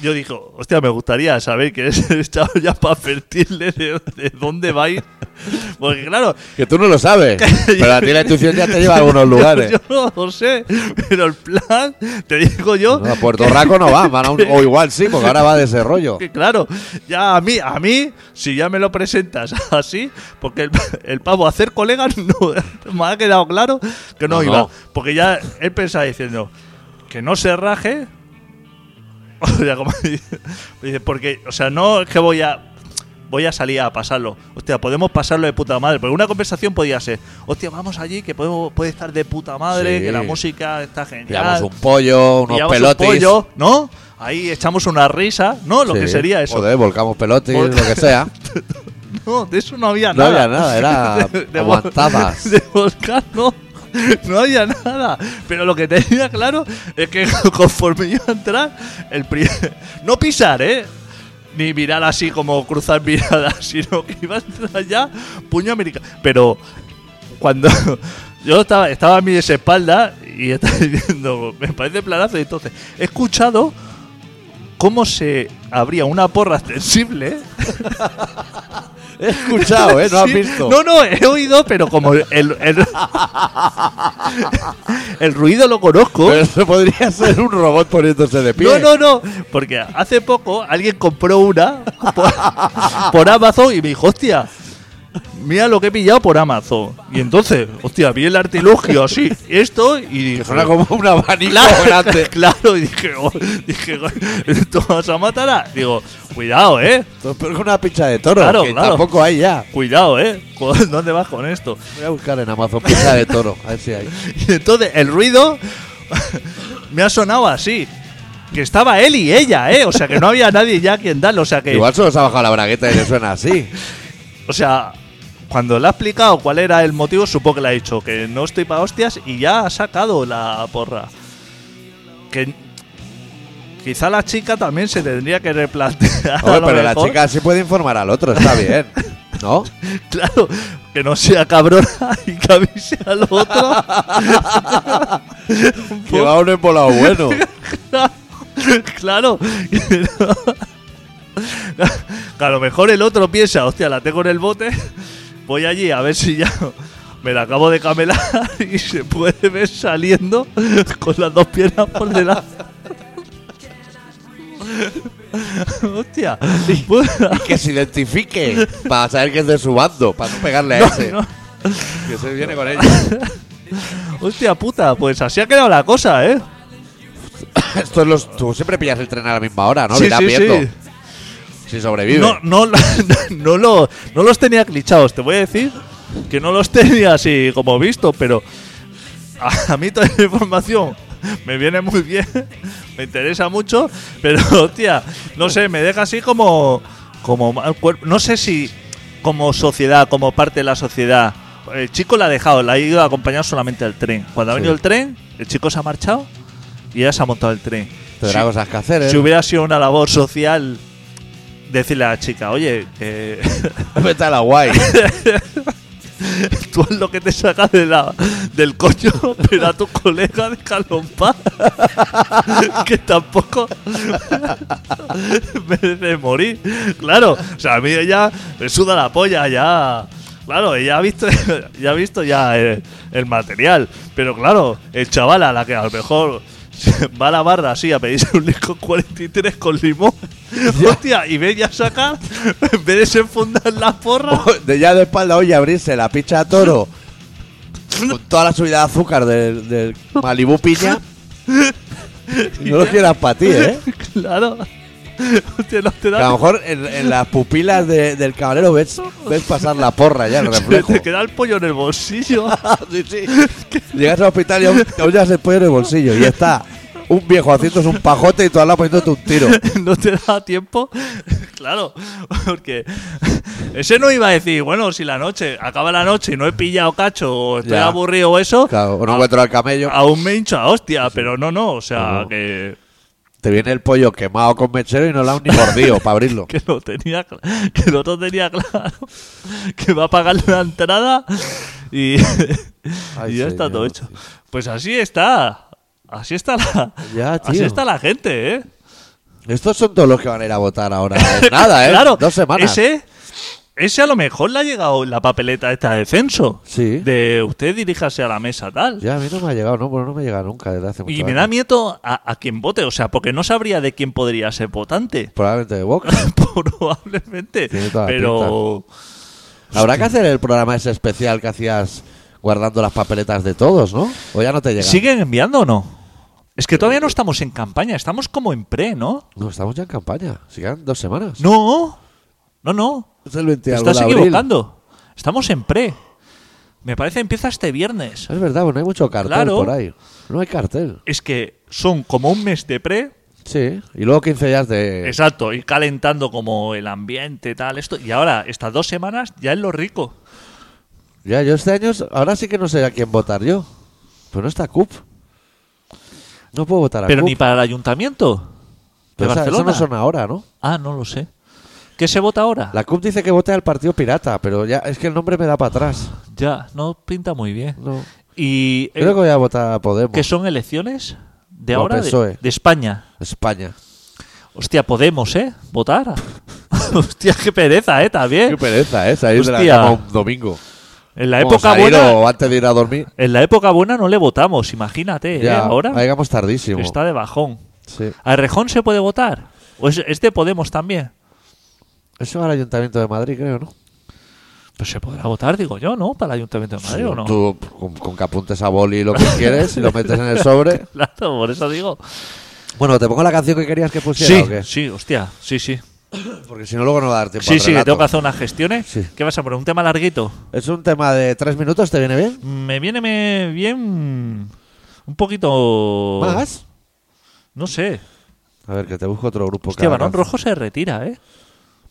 Speaker 3: Yo digo, hostia, me gustaría saber que es el chaval ya para advertirle de, de dónde va a ir. Porque, claro,
Speaker 1: Que tú no lo sabes. Pero a ti la intuición ya te lleva a algunos lugares.
Speaker 3: yo no lo sé, pero el plan, te digo yo.
Speaker 1: No, a Puerto Rico no van, van a un- o igual sí, porque ahora va de ese rollo.
Speaker 3: que claro, ya a mí, a mí, si ya me lo presentas así, porque el, el pavo hacer colegas no, me ha quedado claro que no,
Speaker 1: No,
Speaker 3: iba.
Speaker 1: no.
Speaker 3: Porque ya él pensaba diciendo que no se raje. O sea, como dice, dice, porque, o sea, no es que voy a. Voy a salir a pasarlo. Hostia, podemos pasarlo de puta madre. Porque una conversación podía ser, hostia, vamos allí, que podemos, puede estar de puta madre,
Speaker 1: Sí.
Speaker 3: que la música está genial
Speaker 1: Pillamos un pollo, unos
Speaker 3: pillamos
Speaker 1: pelotis.
Speaker 3: un pollo, ¿no? Ahí echamos una risa, ¿no? Lo
Speaker 1: Sí.
Speaker 3: que sería eso.
Speaker 1: Joder, volcamos pelotis,
Speaker 3: Vol-
Speaker 1: lo que sea.
Speaker 3: No, de eso no había
Speaker 1: No
Speaker 3: nada.
Speaker 1: había nada, era
Speaker 3: vol-
Speaker 1: aguantabas.
Speaker 3: de volcán, no. No había nada. Pero lo que tenía claro es que conforme iba a entrar, el pri- no pisar, ¿eh? Ni mirar así como cruzar miradas, sino que iba a entrar ya puño americano. Pero cuando yo estaba, estaba a mis espaldas y estaba diciendo, me parece planazo, y entonces he escuchado cómo se abría una porra extensible.
Speaker 1: He escuchado, ¿eh? No has
Speaker 3: Sí.
Speaker 1: visto.
Speaker 3: No, no, he oído, pero como el, el, el ruido lo conozco.
Speaker 1: Pero eso podría ser un robot poniéndose de pie.
Speaker 3: No, no, no, porque hace poco alguien compró una por, por Amazon y me dijo, hostia, mira lo que he pillado por Amazon. Y entonces, hostia, vi el artilugio así, esto, y dije,
Speaker 1: Que suena como un abanico grande.
Speaker 3: claro, y dije, "Oh", dije, esto vas a matar a-". Digo, cuidado, eh,
Speaker 1: Esto es peor que una pincha de toro,
Speaker 3: Claro,
Speaker 1: que
Speaker 3: claro.
Speaker 1: tampoco hay ya.
Speaker 3: cuidado, eh, Joder, ¿dónde vas con esto?
Speaker 1: Voy a buscar en Amazon pincha de toro, a ver si hay.
Speaker 3: Y entonces el ruido me ha sonado así. Que estaba él y ella, ¿eh? O sea, que no había nadie ya a quien darle. O sea, que.
Speaker 1: Igual solo se ha bajado la bragueta y le suena así.
Speaker 3: O sea, cuando le ha explicado cuál era el motivo, supongo que le ha dicho que no estoy para hostias y ya ha sacado la porra. Que Quizá la chica también se tendría que replantear. a
Speaker 1: Hombre,
Speaker 3: lo
Speaker 1: pero la
Speaker 3: mejor.
Speaker 1: chica sí puede informar al otro, está bien. ¿No?
Speaker 3: Claro, que no sea cabrona y que avise al otro.
Speaker 1: Que va un embolado bueno.
Speaker 3: claro. Que a lo mejor el otro piensa, hostia, la tengo en el bote, voy allí a ver si ya me la acabo de camelar y se puede ver saliendo con las dos piernas por delante. hostia. puta.
Speaker 1: Que se identifique para saber que es de su bando, para no pegarle a ese.
Speaker 3: No,
Speaker 1: Que se viene con ella.
Speaker 3: hostia puta, pues así ha quedado la cosa, ¿eh?
Speaker 1: Esto es los. Tú siempre pillas el tren a la misma hora, ¿no? Lo
Speaker 3: Sí,
Speaker 1: irás
Speaker 3: sí,
Speaker 1: viendo.
Speaker 3: sí.
Speaker 1: Si sobrevive.
Speaker 3: No, no, no, lo- no los tenía clichados, te voy a decir que no los tenía así como visto, pero a, a mí toda esa información me viene muy bien, me interesa mucho, pero hostia, no sé, me deja así como, como mal cuerpo. No sé si como sociedad, como parte de la sociedad, el chico la ha dejado, la ha ido a acompañar solamente al tren. Cuando ha
Speaker 1: Sí.
Speaker 3: venido el tren, el chico se ha marchado y ella se ha montado el tren.
Speaker 1: Tendrá
Speaker 3: Sí.
Speaker 1: cosas que hacer, ¿eh?
Speaker 3: Si hubiera sido una labor social, decirle a la chica, oye, eh,
Speaker 1: Vete a la guay.
Speaker 3: tú es lo que te sacas de la, del coño, pero a tu colega déjalo en paz. que tampoco merece morir. Claro, o sea, a mí ella me suda la polla, ya. Claro, ella ha visto ya, ha visto ya el, el material. Pero claro, el chaval a la que a lo mejor se va a la barra así a pedirse un disco 43 con limón. Hostia, y ve ya sacar, en vez de se enfundar la porra.
Speaker 1: de ya de espalda, oye, abrirse la picha a toro. Con toda la subida de azúcar del, del Malibu Piña. No lo quieras para ti, ¿eh?
Speaker 3: Claro. Hostia, no te
Speaker 1: Que
Speaker 3: da.
Speaker 1: a lo mejor en, en las pupilas de- del cabalero ves, ves pasar la porra ya, el reflejo.
Speaker 3: Te queda el pollo en el bolsillo.
Speaker 1: Sí, sí. Llegas al hospital y aún, aún llevas el pollo en el bolsillo. Y está un viejo haciendo un pajote y tú al lado poniéndote un tiro.
Speaker 3: no te da tiempo. Claro, porque ese no iba a decir, bueno, si la noche, acaba la noche y no he pillado cacho o estoy
Speaker 1: Ya.
Speaker 3: aburrido o eso,
Speaker 1: Claro, o no
Speaker 3: a-
Speaker 1: encuentro al camello.
Speaker 3: aún me hincho a hostia, pero no, no, o sea,
Speaker 1: No.
Speaker 3: que,
Speaker 1: Te viene el pollo quemado con mechero y no lo han ni mordido para abrirlo.
Speaker 3: que lo tenía cl- que lo otro tenía claro, que va a pagar la entrada y,
Speaker 1: Ay,
Speaker 3: y ya está
Speaker 1: señor.
Speaker 3: todo hecho. Pues así está. Así está la,
Speaker 1: Ya,
Speaker 3: así
Speaker 1: tío.
Speaker 3: está la gente, ¿eh?
Speaker 1: Estos son todos los que van a ir a votar ahora. En Nada, ¿eh?
Speaker 3: Claro,
Speaker 1: Dos semanas.
Speaker 3: Ese, ese a lo mejor le ha llegado la papeleta esta de censo.
Speaker 1: Sí.
Speaker 3: De usted diríjase a la mesa tal.
Speaker 1: Ya, a mí no me ha llegado, no, bueno, no me llega nunca desde hace mucho
Speaker 3: y me da
Speaker 1: años.
Speaker 3: miedo a, a quien vote, o sea, porque no sabría de quién podría ser votante.
Speaker 1: Probablemente de Vox.
Speaker 3: Probablemente.
Speaker 1: Tiene toda la
Speaker 3: Pero.
Speaker 1: Habrá que hacer el programa ese especial que hacías guardando las papeletas de todos, ¿no? O ya no te llega.
Speaker 3: ¿Siguen enviando o no? Es que todavía no estamos en campaña, estamos como en pre, ¿no?
Speaker 1: No, estamos ya en campaña. Sigan dos semanas.
Speaker 3: No, no, no.
Speaker 1: Es el 20
Speaker 3: Te
Speaker 1: de
Speaker 3: estás
Speaker 1: abril.
Speaker 3: equivocando. Estamos en pre. Me parece empieza este viernes.
Speaker 1: Es verdad, bueno, hay mucho cartel
Speaker 3: Claro.
Speaker 1: por ahí. No hay cartel.
Speaker 3: Es que son como un mes de pre,
Speaker 1: Sí. Y luego 15 días de.
Speaker 3: Exacto, ir calentando como el ambiente, tal, esto. Y ahora, estas dos semanas, ya es lo rico.
Speaker 1: Ya, yo este año. Ahora sí que no sé a quién votar yo. Pero no está CUP. No puedo votar a
Speaker 3: Pero
Speaker 1: CUP.
Speaker 3: ni para el ayuntamiento de
Speaker 1: Pero esa- eso
Speaker 3: Barcelona.
Speaker 1: no son ahora, ¿no?
Speaker 3: Ah, no lo sé. ¿Qué se vota ahora?
Speaker 1: La CUP dice que vote al partido pirata, pero ya es que el nombre me da para atrás.
Speaker 3: Ya, no pinta muy bien.
Speaker 1: No.
Speaker 3: ¿Y eh,
Speaker 1: Creo que voy a votar a Podemos.
Speaker 3: qué son elecciones de
Speaker 1: O
Speaker 3: ahora? De,
Speaker 1: PSOE.
Speaker 3: de España.
Speaker 1: España.
Speaker 3: Hostia, Podemos, ¿eh? Votar. Hostia, qué pereza, ¿eh? También.
Speaker 1: Qué pereza, ¿eh? Salir de
Speaker 3: Hostia.
Speaker 1: la cama un domingo.
Speaker 3: En la
Speaker 1: Como
Speaker 3: época
Speaker 1: salir
Speaker 3: buena...
Speaker 1: o antes de ir a dormir.
Speaker 3: En la época buena no le votamos, imagínate, ¿eh?
Speaker 1: Ya,
Speaker 3: Ahora
Speaker 1: ahí llegamos tardísimo.
Speaker 3: está de bajón.
Speaker 1: Sí.
Speaker 3: ¿A Rejón se puede votar? ¿O es, es de Podemos también?
Speaker 1: Eso va al Ayuntamiento de Madrid, creo, ¿no?
Speaker 3: Pues se podrá votar, digo yo, ¿no? Para el Ayuntamiento de Madrid, ¿o no?
Speaker 1: Tú con, con que apuntes a boli lo que quieres y lo metes en el sobre.
Speaker 3: Claro, por eso digo.
Speaker 1: Bueno, ¿te pongo la canción que querías que pusiera
Speaker 3: Sí,
Speaker 1: o qué?
Speaker 3: sí, hostia, sí, sí.
Speaker 1: Porque si no, luego no va a dar tiempo
Speaker 3: Sí,
Speaker 1: al
Speaker 3: sí, que
Speaker 1: relato.
Speaker 3: tengo que hacer unas gestiones.
Speaker 1: Sí.
Speaker 3: ¿Qué vas a poner? ¿Un tema larguito? Mm,
Speaker 1: ¿Es un tema de tres minutos? ¿Te viene bien?
Speaker 3: Me viene me- bien. Un poquito.
Speaker 1: ¿Más?
Speaker 3: No sé.
Speaker 1: A ver, que te busco otro grupo.
Speaker 3: Hostia,
Speaker 1: que haga
Speaker 3: Varón
Speaker 1: canción.
Speaker 3: Rojo se retira, ¿eh?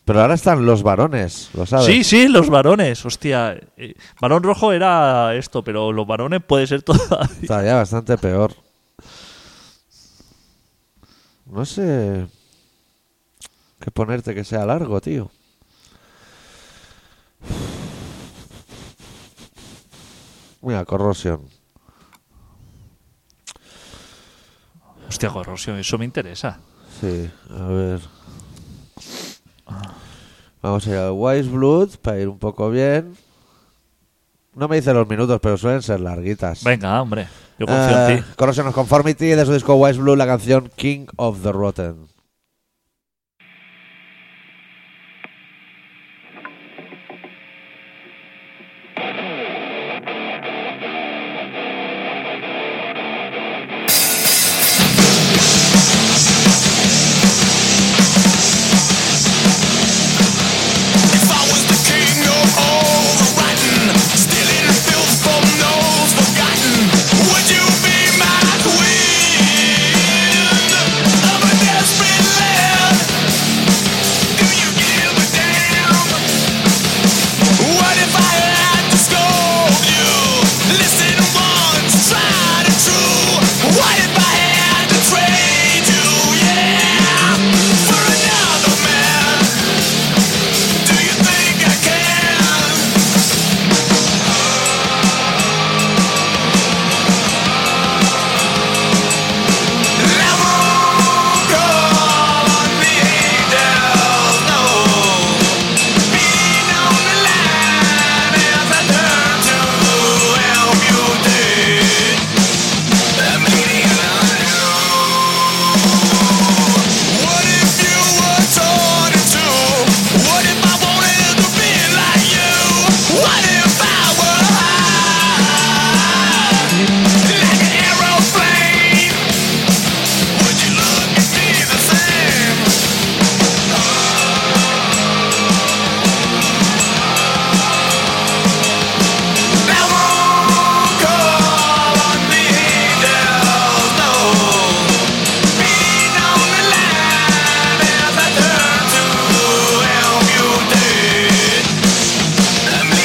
Speaker 1: Pero ahora están los varones, ¿lo sabes?
Speaker 3: Sí, sí, los varones, hostia. Eh, Varón Rojo era esto, pero los varones puede ser todavía.
Speaker 1: Está ya bastante peor. No sé. ¿Qué ponerte que sea largo, tío? Mira, corrosión.
Speaker 3: Hostia, corrosión, eso me interesa.
Speaker 1: Sí, a ver. Vamos a ir a Wise Blood para ir un poco bien. No me dice los minutos, pero suelen ser larguitas.
Speaker 3: Venga, hombre. Yo confío en
Speaker 1: Eh,
Speaker 3: ti.
Speaker 1: Corrosion of Conformity de su disco Wise Blue, la canción King of the Rotten.
Speaker 4: If I was the king of all the rotten, stealing filth from those forgotten, would you be my queen? I'm a desperate lad. Do you give a damn? What if I had to scold you? Listen once, tried and true. What if I had to trade you, yeah, for another man? Do you think I can? Never gonna be down low. Being on the line as I turn to help you dig. I'm leaning on you. What if you were torn in two? What if I wanted to be like you? What if I were high like an aeroplane? Would you look at me the same? Now won't call on me down low. Thank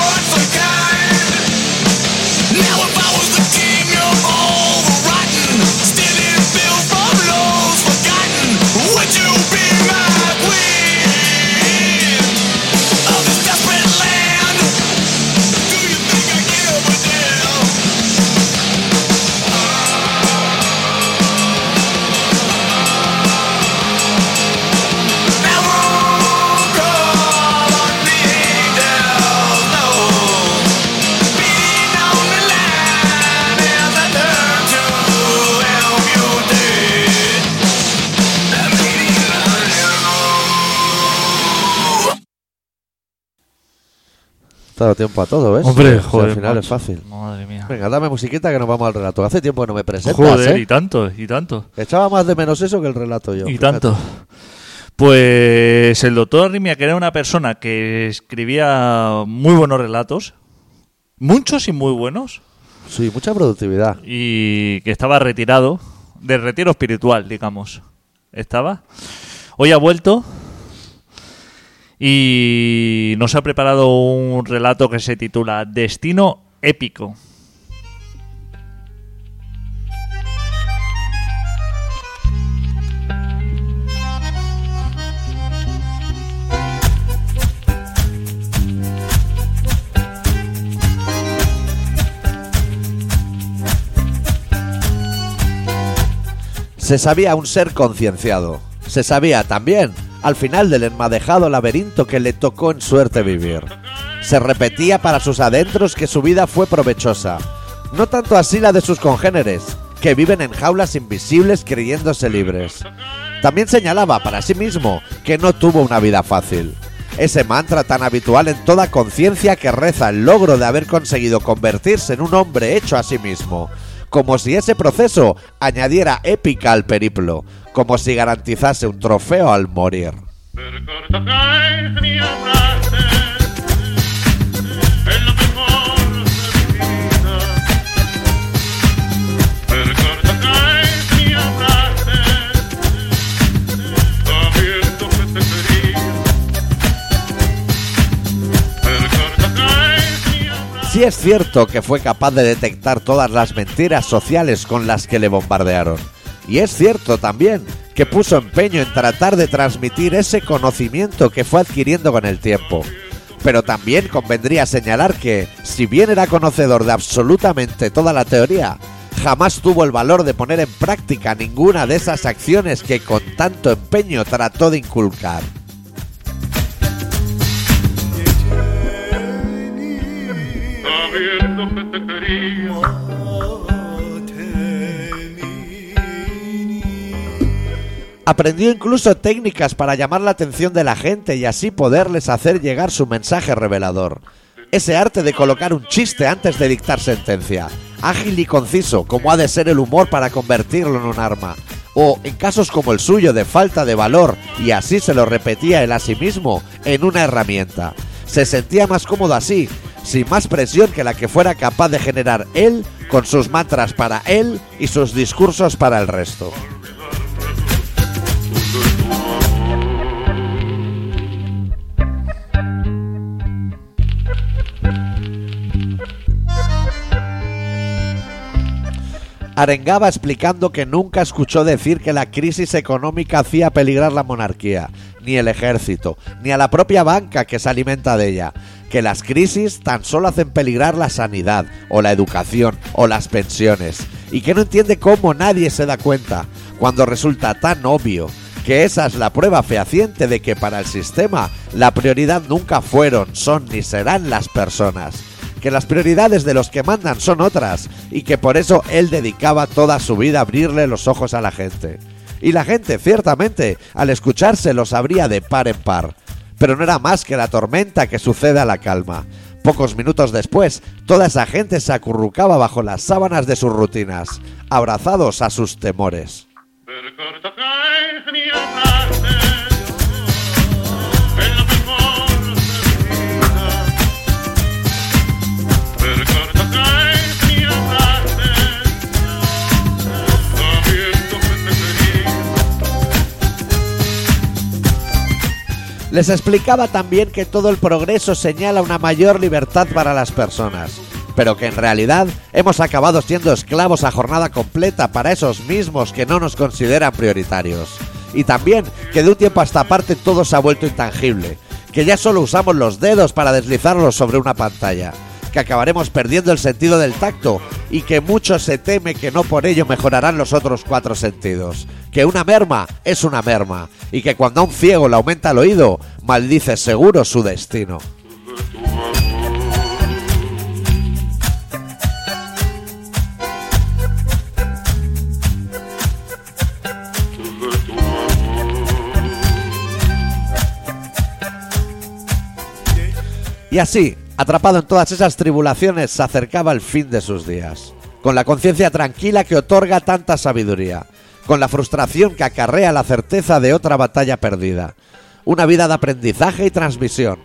Speaker 4: you now if I was the king of all the rotten, stealing filth from those forgotten, would you be my queen of this desperate land? Do you think I give a damn? Now won't call on me down low. Thank you
Speaker 1: Te ha dado tiempo a todo, ¿ves?
Speaker 3: Hombre,
Speaker 1: Si
Speaker 3: joder,
Speaker 1: Al final
Speaker 3: macho.
Speaker 1: es fácil.
Speaker 3: Madre mía.
Speaker 1: Venga, dame musiquita que nos vamos al relato. Hace tiempo que no me presentas,
Speaker 3: Joder,
Speaker 1: ¿eh?
Speaker 3: y tanto, y tanto,
Speaker 1: Echaba más de menos eso que el relato yo.
Speaker 3: y
Speaker 1: fíjate.
Speaker 3: tanto. Pues el doctor Arrimia, que era una persona que escribía muy buenos relatos, muchos y muy buenos,
Speaker 1: Sí, mucha productividad.
Speaker 3: y que estaba retirado, de retiro espiritual, digamos. Estaba. Hoy ha vuelto y nos ha preparado un relato que se titula Destino épico.
Speaker 1: Se sabía un ser concienciado. Se sabía también, al final del enmadejado laberinto que le tocó en suerte vivir. Se repetía para sus adentros que su vida fue provechosa. No tanto así la de sus congéneres, que viven en jaulas invisibles creyéndose libres. También señalaba para sí mismo que no tuvo una vida fácil. ese mantra tan habitual en toda conciencia que reza el logro de haber conseguido convertirse en un hombre hecho a sí mismo, como si ese proceso añadiera épica al periplo, como si garantizase un trofeo al morir.
Speaker 5: Recordarás mi abrazo, es lo mejor de mi vida. Recordarás mi abrazo, sabiendo que te quería. Recordarás mi abrazo.
Speaker 1: Si es cierto que fue capaz de detectar todas las mentiras sociales con las que le bombardearon. Y es cierto también que puso empeño en tratar de transmitir ese conocimiento que fue adquiriendo con el tiempo. Pero también convendría señalar que, si bien era conocedor de absolutamente toda la teoría, jamás tuvo el valor de poner en práctica ninguna de esas acciones que con tanto empeño trató de inculcar.
Speaker 5: sabiendo que te quería.
Speaker 1: Aprendió incluso técnicas para llamar la atención de la gente y así poderles hacer llegar su mensaje revelador. Ese arte de colocar un chiste antes de dictar sentencia. Ágil y conciso, como ha de ser el humor para convertirlo en un arma. O, en casos como el suyo, de falta de valor, y así se lo repetía él a sí mismo, en una herramienta. Se sentía más cómodo así, sin más presión que la que fuera capaz de generar él con sus mantras para él y sus discursos para el resto. Arengaba explicando que nunca escuchó decir que la crisis económica hacía peligrar la monarquía, ni el ejército, ni a la propia banca que se alimenta de ella, que las crisis tan solo hacen peligrar la sanidad, o la educación, o las pensiones, y que no entiende cómo nadie se da cuenta, cuando resulta tan obvio que esa es la prueba fehaciente de que para el sistema la prioridad nunca fueron, son ni serán las personas que las prioridades de los que mandan son otras y que por eso él dedicaba toda su vida a abrirle los ojos a la gente. Y la gente, ciertamente, al escucharse lo sabría de par en par. Pero no era más que la tormenta que sucede a la calma. Pocos minutos después, toda esa gente se acurrucaba bajo las sábanas de sus rutinas, abrazados a sus temores.
Speaker 5: Recordarás mi abrazo, es lo mejor de mi vida. Recordarás mi abrazo, sabiendo que te quería.
Speaker 1: Les explicaba también que todo el progreso señala una mayor libertad para las personas, pero que en realidad hemos acabado siendo esclavos a jornada completa para esos mismos que no nos consideran prioritarios. Y también que de un tiempo a esta parte todo se ha vuelto intangible, que ya solo usamos los dedos para deslizarlos sobre una pantalla, que acabaremos perdiendo el sentido del tacto y que mucho se teme que no por ello mejorarán los otros cuatro sentidos, que una merma es una merma y que cuando a un ciego le aumenta el oído, maldice seguro su destino. Y así, atrapado en todas esas tribulaciones, se acercaba el fin de sus días, con la conciencia tranquila que otorga tanta sabiduría, con la frustración que acarrea la certeza de otra batalla perdida, una vida de aprendizaje y transmisión,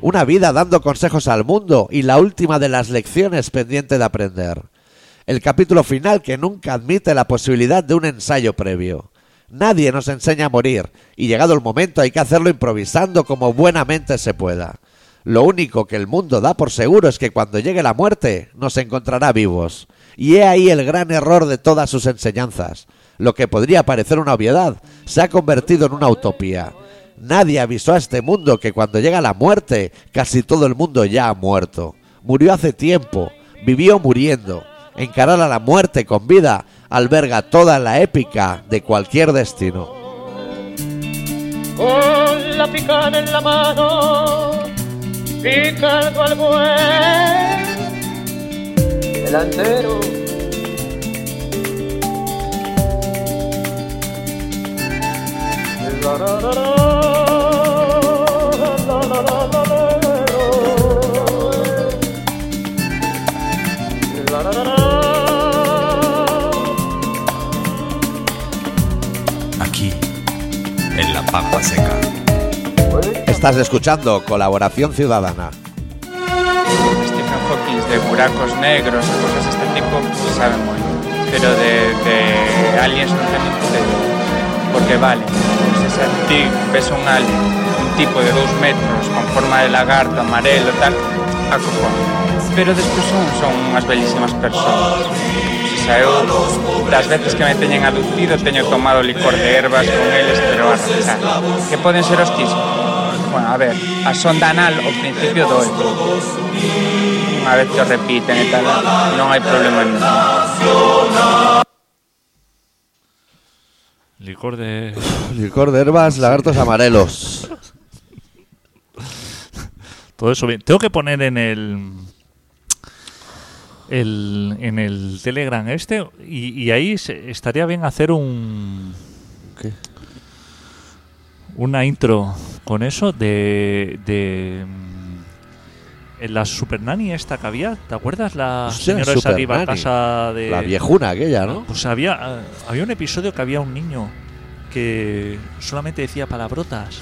Speaker 1: una vida dando consejos al mundo y la última de las lecciones pendiente de aprender. El capítulo final que nunca admite la posibilidad de un ensayo previo. Nadie nos enseña a morir y llegado el momento hay que hacerlo improvisando como buenamente se pueda. Lo único que el mundo da por seguro es que cuando llegue la muerte nos encontrará vivos. Y he ahí el gran error de todas sus enseñanzas. Lo que podría parecer una obviedad se ha convertido en una utopía. Nadie avisó a este mundo que cuando llega la muerte casi todo el mundo ya ha muerto. Murió hace tiempo, vivió muriendo. Encarar a la muerte con vida alberga toda la épica de cualquier destino.
Speaker 6: con la picana en la mano, picando al buen delantero. La, la, la, la, la, la, la,
Speaker 7: en la pampa seca.
Speaker 1: Estás escuchando Colaboración Ciudadana.
Speaker 8: Stephen Hawking de buracos negros o cosas de este tipo se sabe muy bien. Pero de, de aliens no tengo ni puta idea. Porque vale, pues se ti ves un alien, un tipo de dos metros con forma de lagarto, amarelo, tal, a cojón. Pero despois son, son unhas belísimas persoas. Se saeu, das veces que me teñen aducido, teño tomado licor de ervas con eles, pero a rezar. Que poden ser hostis? Bueno, a ver, a sonda anal, o principio doe, Unha vez que o repiten e tal, non hai problema ningún.
Speaker 3: Licor de.
Speaker 1: Licor de herbas, lagartos amarelos.
Speaker 3: Todo eso bien. Tengo que poner en el. el- en el Telegram este. Y, y ahí se- estaría bien hacer un.
Speaker 1: ¿Qué?
Speaker 3: Una intro con eso de. de. mm, En la Super Nanny esta que había, ¿te acuerdas? La
Speaker 1: Hostia,
Speaker 3: señora esa que iba a
Speaker 1: Supernanny.
Speaker 3: casa de.
Speaker 1: La viejuna aquella, ¿no?
Speaker 3: Pues había, ah, había un episodio que había un niño que solamente decía palabrotas.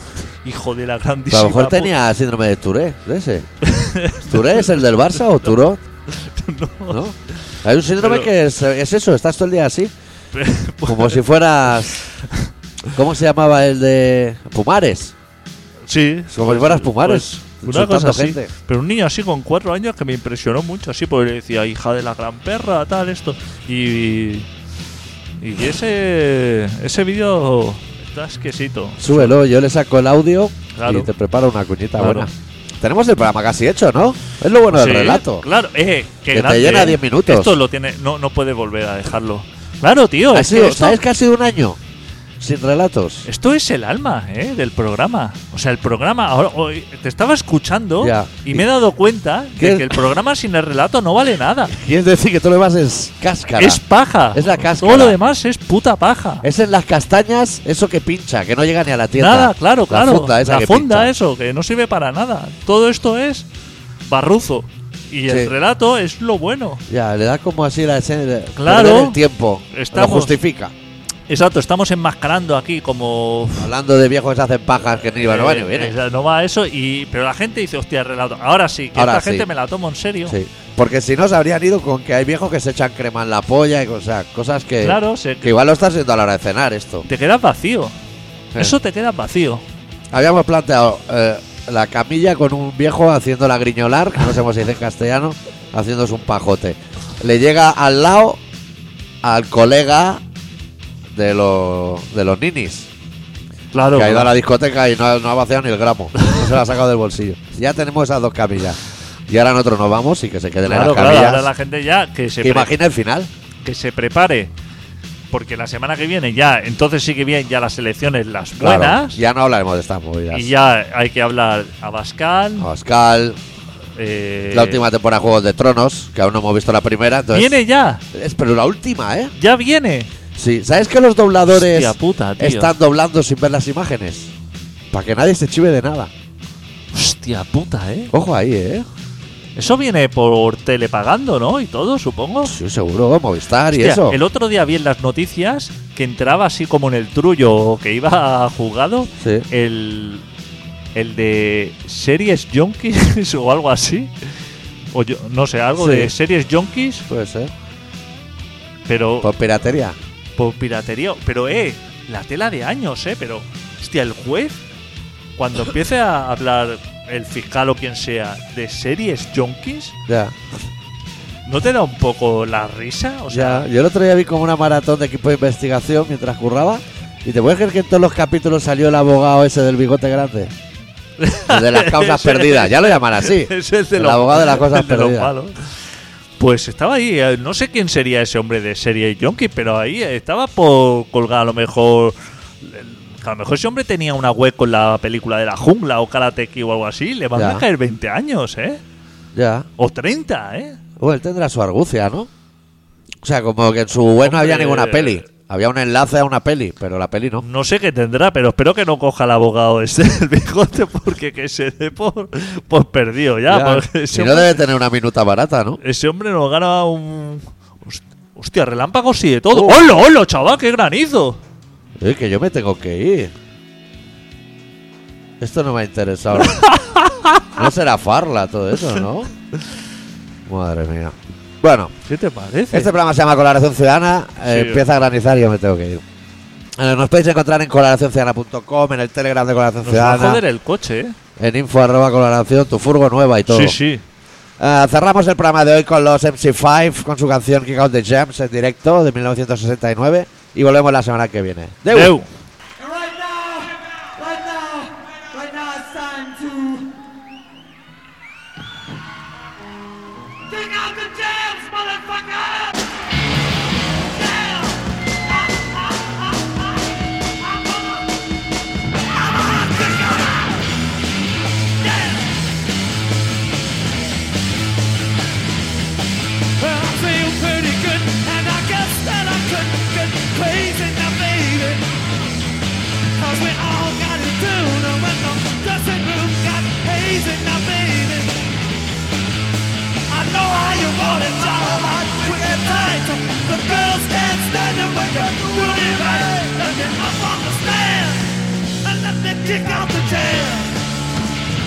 Speaker 3: Hijo de la grandísima.
Speaker 1: a lo mejor
Speaker 3: puta.
Speaker 1: tenía síndrome de Touré, de ese. ¿Touré es el del Barça o Turó?
Speaker 3: No,
Speaker 1: ¿No? Hay un síndrome
Speaker 3: Pero-
Speaker 1: que es, es eso, estás todo el día así.
Speaker 3: pero-
Speaker 1: Como si fueras. ¿Cómo se llamaba el de Pumares?
Speaker 3: Sí. Pues,
Speaker 1: Como si fueras Pumares.
Speaker 3: una cosa
Speaker 1: insultando
Speaker 3: así.
Speaker 1: gente.
Speaker 3: Pero un niño así con cuatro años que me impresionó mucho, así, porque le decía, hija de la gran perra, tal, esto. Y. Y ese. Ese vídeo está exquisito.
Speaker 1: Súbelo, yo le saco el audio
Speaker 3: Claro.
Speaker 1: y te preparo una cuñita
Speaker 3: Claro.
Speaker 1: buena. Tenemos el programa casi hecho, ¿no? Es lo bueno
Speaker 3: Sí,
Speaker 1: del relato.
Speaker 3: Claro, eh,
Speaker 1: Que
Speaker 3: que,
Speaker 1: te
Speaker 3: grande,
Speaker 1: llena
Speaker 3: eh.
Speaker 1: 10 minutos.
Speaker 3: Esto lo tiene. No, no puede volver a dejarlo. Claro, tío.
Speaker 1: Ha
Speaker 3: es que
Speaker 1: sido-
Speaker 3: esto-
Speaker 1: ¿Sabes que ha sido un año? Sin relatos.
Speaker 3: Esto es el alma ¿eh? del programa. O sea, el programa. Ahora, hoy te estaba escuchando
Speaker 1: Ya.
Speaker 3: y me he dado cuenta
Speaker 1: ¿Qué?
Speaker 3: de que el programa sin el relato no vale nada.
Speaker 1: Quieres decir que tú le vas es cáscara.
Speaker 3: Es paja.
Speaker 1: Es la cáscara.
Speaker 3: Todo lo demás es puta paja.
Speaker 1: Es en las castañas eso que pincha, que no llega ni a la tienda.
Speaker 3: nada, claro, claro.
Speaker 1: La funda, esa
Speaker 3: La
Speaker 1: que
Speaker 3: funda,
Speaker 1: pincha.
Speaker 3: eso, que no sirve para nada. Todo esto es barruzo. Y
Speaker 1: Sí.
Speaker 3: el relato es lo bueno.
Speaker 1: Ya, le da como así la escena de
Speaker 3: Claro.
Speaker 1: perder el tiempo.
Speaker 3: Estamos-
Speaker 1: Lo justifica.
Speaker 3: Exacto, estamos enmascarando aquí como.
Speaker 1: Hablando de viejos que se hacen pajas que ni van, no van ni
Speaker 3: Eh,
Speaker 1: vienen.
Speaker 3: eh, no va eso. Y, pero la gente dice, hostia, el relato. Ahora sí, que
Speaker 1: Ahora
Speaker 3: esta
Speaker 1: sí.
Speaker 3: gente me la tomo en serio.
Speaker 1: Sí. Porque si no, se habrían ido con que hay viejos que se echan crema en la polla y o sea, cosas que,
Speaker 3: Claro, se-
Speaker 1: que igual lo estás haciendo a la hora de cenar esto.
Speaker 3: te quedas vacío.
Speaker 1: Sí.
Speaker 3: Eso te queda vacío.
Speaker 1: Habíamos planteado eh, la camilla con un viejo haciendo la griñolar, que no sé cómo se dice en castellano, haciéndose un pajote. Le llega al lado al colega de, lo- de los ninis,
Speaker 3: Claro.
Speaker 1: que ha ido a la discoteca y no, ha- no ha vaciado ni el gramo. No se lo ha sacado del bolsillo. Ya tenemos esas dos camillas. Y ahora nosotros nos vamos y que se queden en
Speaker 3: Claro,
Speaker 1: las
Speaker 3: claro,
Speaker 1: camillas.
Speaker 3: ahora la gente ya que se,
Speaker 1: que
Speaker 3: pre-
Speaker 1: imagina el final.
Speaker 3: que se prepare. Porque la semana que viene ya, entonces sí que vienen ya las elecciones, las
Speaker 1: Claro,
Speaker 3: buenas.
Speaker 1: ya no hablaremos de estas movidas.
Speaker 3: y ya hay que hablar a Bascal.
Speaker 1: Pascal,
Speaker 3: eh,
Speaker 1: Ah, la última temporada de Juegos de Tronos, que aún no hemos visto la primera. Entonces,
Speaker 3: Viene ya,
Speaker 1: Es, pero la última, ¿eh?
Speaker 3: ya viene.
Speaker 1: Sí, ¿sabes que los dobladores
Speaker 3: Hostia puta, tío.
Speaker 1: están doblando sin ver las imágenes? Para que nadie se chive de nada.
Speaker 3: Hostia puta, eh.
Speaker 1: Ojo ahí, ¿eh?
Speaker 3: Eso viene por telepagando, ¿no? Y todo, supongo.
Speaker 1: Sí, seguro, Movistar y
Speaker 3: Hostia,
Speaker 1: eso.
Speaker 3: El otro día vi en las noticias que entraba así como en el trullo o que iba jugado
Speaker 1: Sí.
Speaker 3: el, el de series junkies o algo así. O yo, no sé, algo
Speaker 1: Sí.
Speaker 3: de series junkies,
Speaker 1: Puede ser.
Speaker 3: pero por,
Speaker 1: Por piratería.
Speaker 3: piratería. Pero, eh, la tela de años, eh, pero, hostia, el juez, cuando empiece a hablar el fiscal o quien sea de series junkies,
Speaker 1: Ya,
Speaker 3: ¿no te da un poco la risa? O
Speaker 1: ya.
Speaker 3: sea,
Speaker 1: Yo el otro día vi como una maratón de equipo de investigación mientras curraba. Y te puedes creer que en todos los capítulos salió el abogado ese del bigote grande. El de las causas
Speaker 3: Ese-
Speaker 1: perdidas. Ya lo llaman así.
Speaker 3: es el, de
Speaker 1: el
Speaker 3: los-
Speaker 1: abogado de las cosas
Speaker 3: el de los
Speaker 1: perdidas.
Speaker 3: malos. Pues estaba ahí, eh, no sé quién sería ese hombre de serie Yonki, pero ahí eh, estaba por colgar a lo mejor. el- A lo mejor ese hombre tenía una web con la película de la jungla o Karate Kid o algo así. Le van
Speaker 1: Ya.
Speaker 3: a caer 20 años, ¿eh?
Speaker 1: Ya.
Speaker 3: O 30, ¿eh?
Speaker 1: Bueno, Oh, él tendrá su argucia, ¿no? O sea, como que en su web no había
Speaker 3: Hombre.
Speaker 1: ninguna peli. Había un enlace a una peli, pero la peli no.
Speaker 3: No sé qué tendrá, pero espero que no coja el abogado ese el bigote porque que se dé por, por perdido ya. pues,
Speaker 1: Ya.
Speaker 3: porque ese
Speaker 1: Y no
Speaker 3: hombre-
Speaker 1: debe tener una minuta barata, ¿no?
Speaker 3: Ese hombre nos gana un. Host- Hostia, relámpagos y de todo. ¡Hola, hola, chaval! ¡Qué granizo!
Speaker 1: Eh, que yo me tengo que ir. Esto no me ha interesado. no será farla todo eso, ¿no? Madre mía. Bueno,
Speaker 3: ¿Qué te parece?
Speaker 1: Este programa se llama Colaboración Ciudadana. eh,
Speaker 3: Sí.
Speaker 1: empieza a granizar y yo me tengo que ir. Eh, nos podéis encontrar en colaboracionciudadana.com, en el Telegram de Colaboración
Speaker 3: Nos va a
Speaker 1: Ciudadana,
Speaker 3: joder el coche, ¿eh?
Speaker 1: en info arroba colaboración, tu furgo nueva y todo.
Speaker 3: Sí, sí.
Speaker 1: Eh, cerramos el programa de hoy con los MC5 con su canción Kick Out the Jams en directo de 1969 y volvemos la semana que viene. ¡Deu!
Speaker 3: Deu.
Speaker 7: And right now, right now, right now it's time to take out the jams, motherfucker! Yeah! Ah, ah, ah, ah, I'm gonna- I'm gonna take you out! Yeah! Well, I feel pretty good, and I guess that I couldn't get crazy now, baby. Cause we all got it tuned And when the dressing room got hazy Now baby I know how you want it Job hot, quick and tight The girls can't stand it When you're doing it right Nothing up on the stand And let me kick out the jam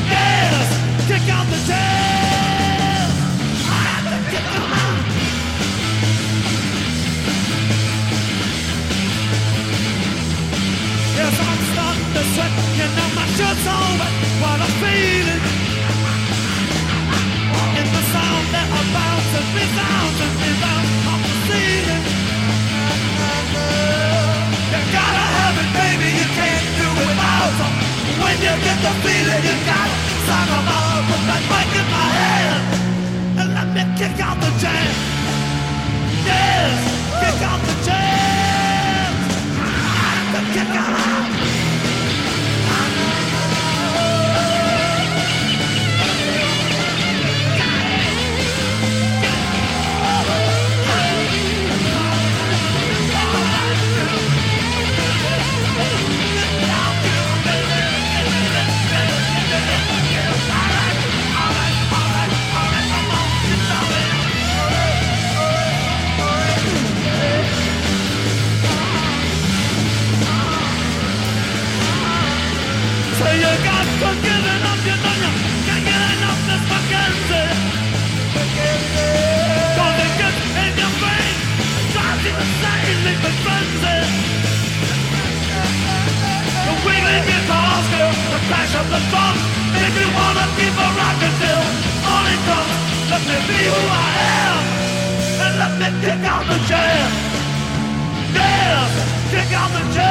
Speaker 7: Yes, kick out the jam I have to kick 'em out Yes, I'm starting to sweat, you know my shirt's all wet. What I'm feeling. And the sound that I bounce and resounds and rebounds off the ceiling. You gotta have it, baby, you can't do it without it. When you get the feeling, you gotta sign them out. Put that mic in my hand and let me kick out the jam. Yes, kick out the jam. The kick out. So you got to give it up, you know you can't get enough this Mackenzie. Cause it gets in your brain, drives you insane, leave it frenzy. The wheeling guitars, girl, the crash of the drums. If you wanna keep a rockin' till morning comes, let me be who I am, and let me kick out the jam. Yeah, kick out the jam.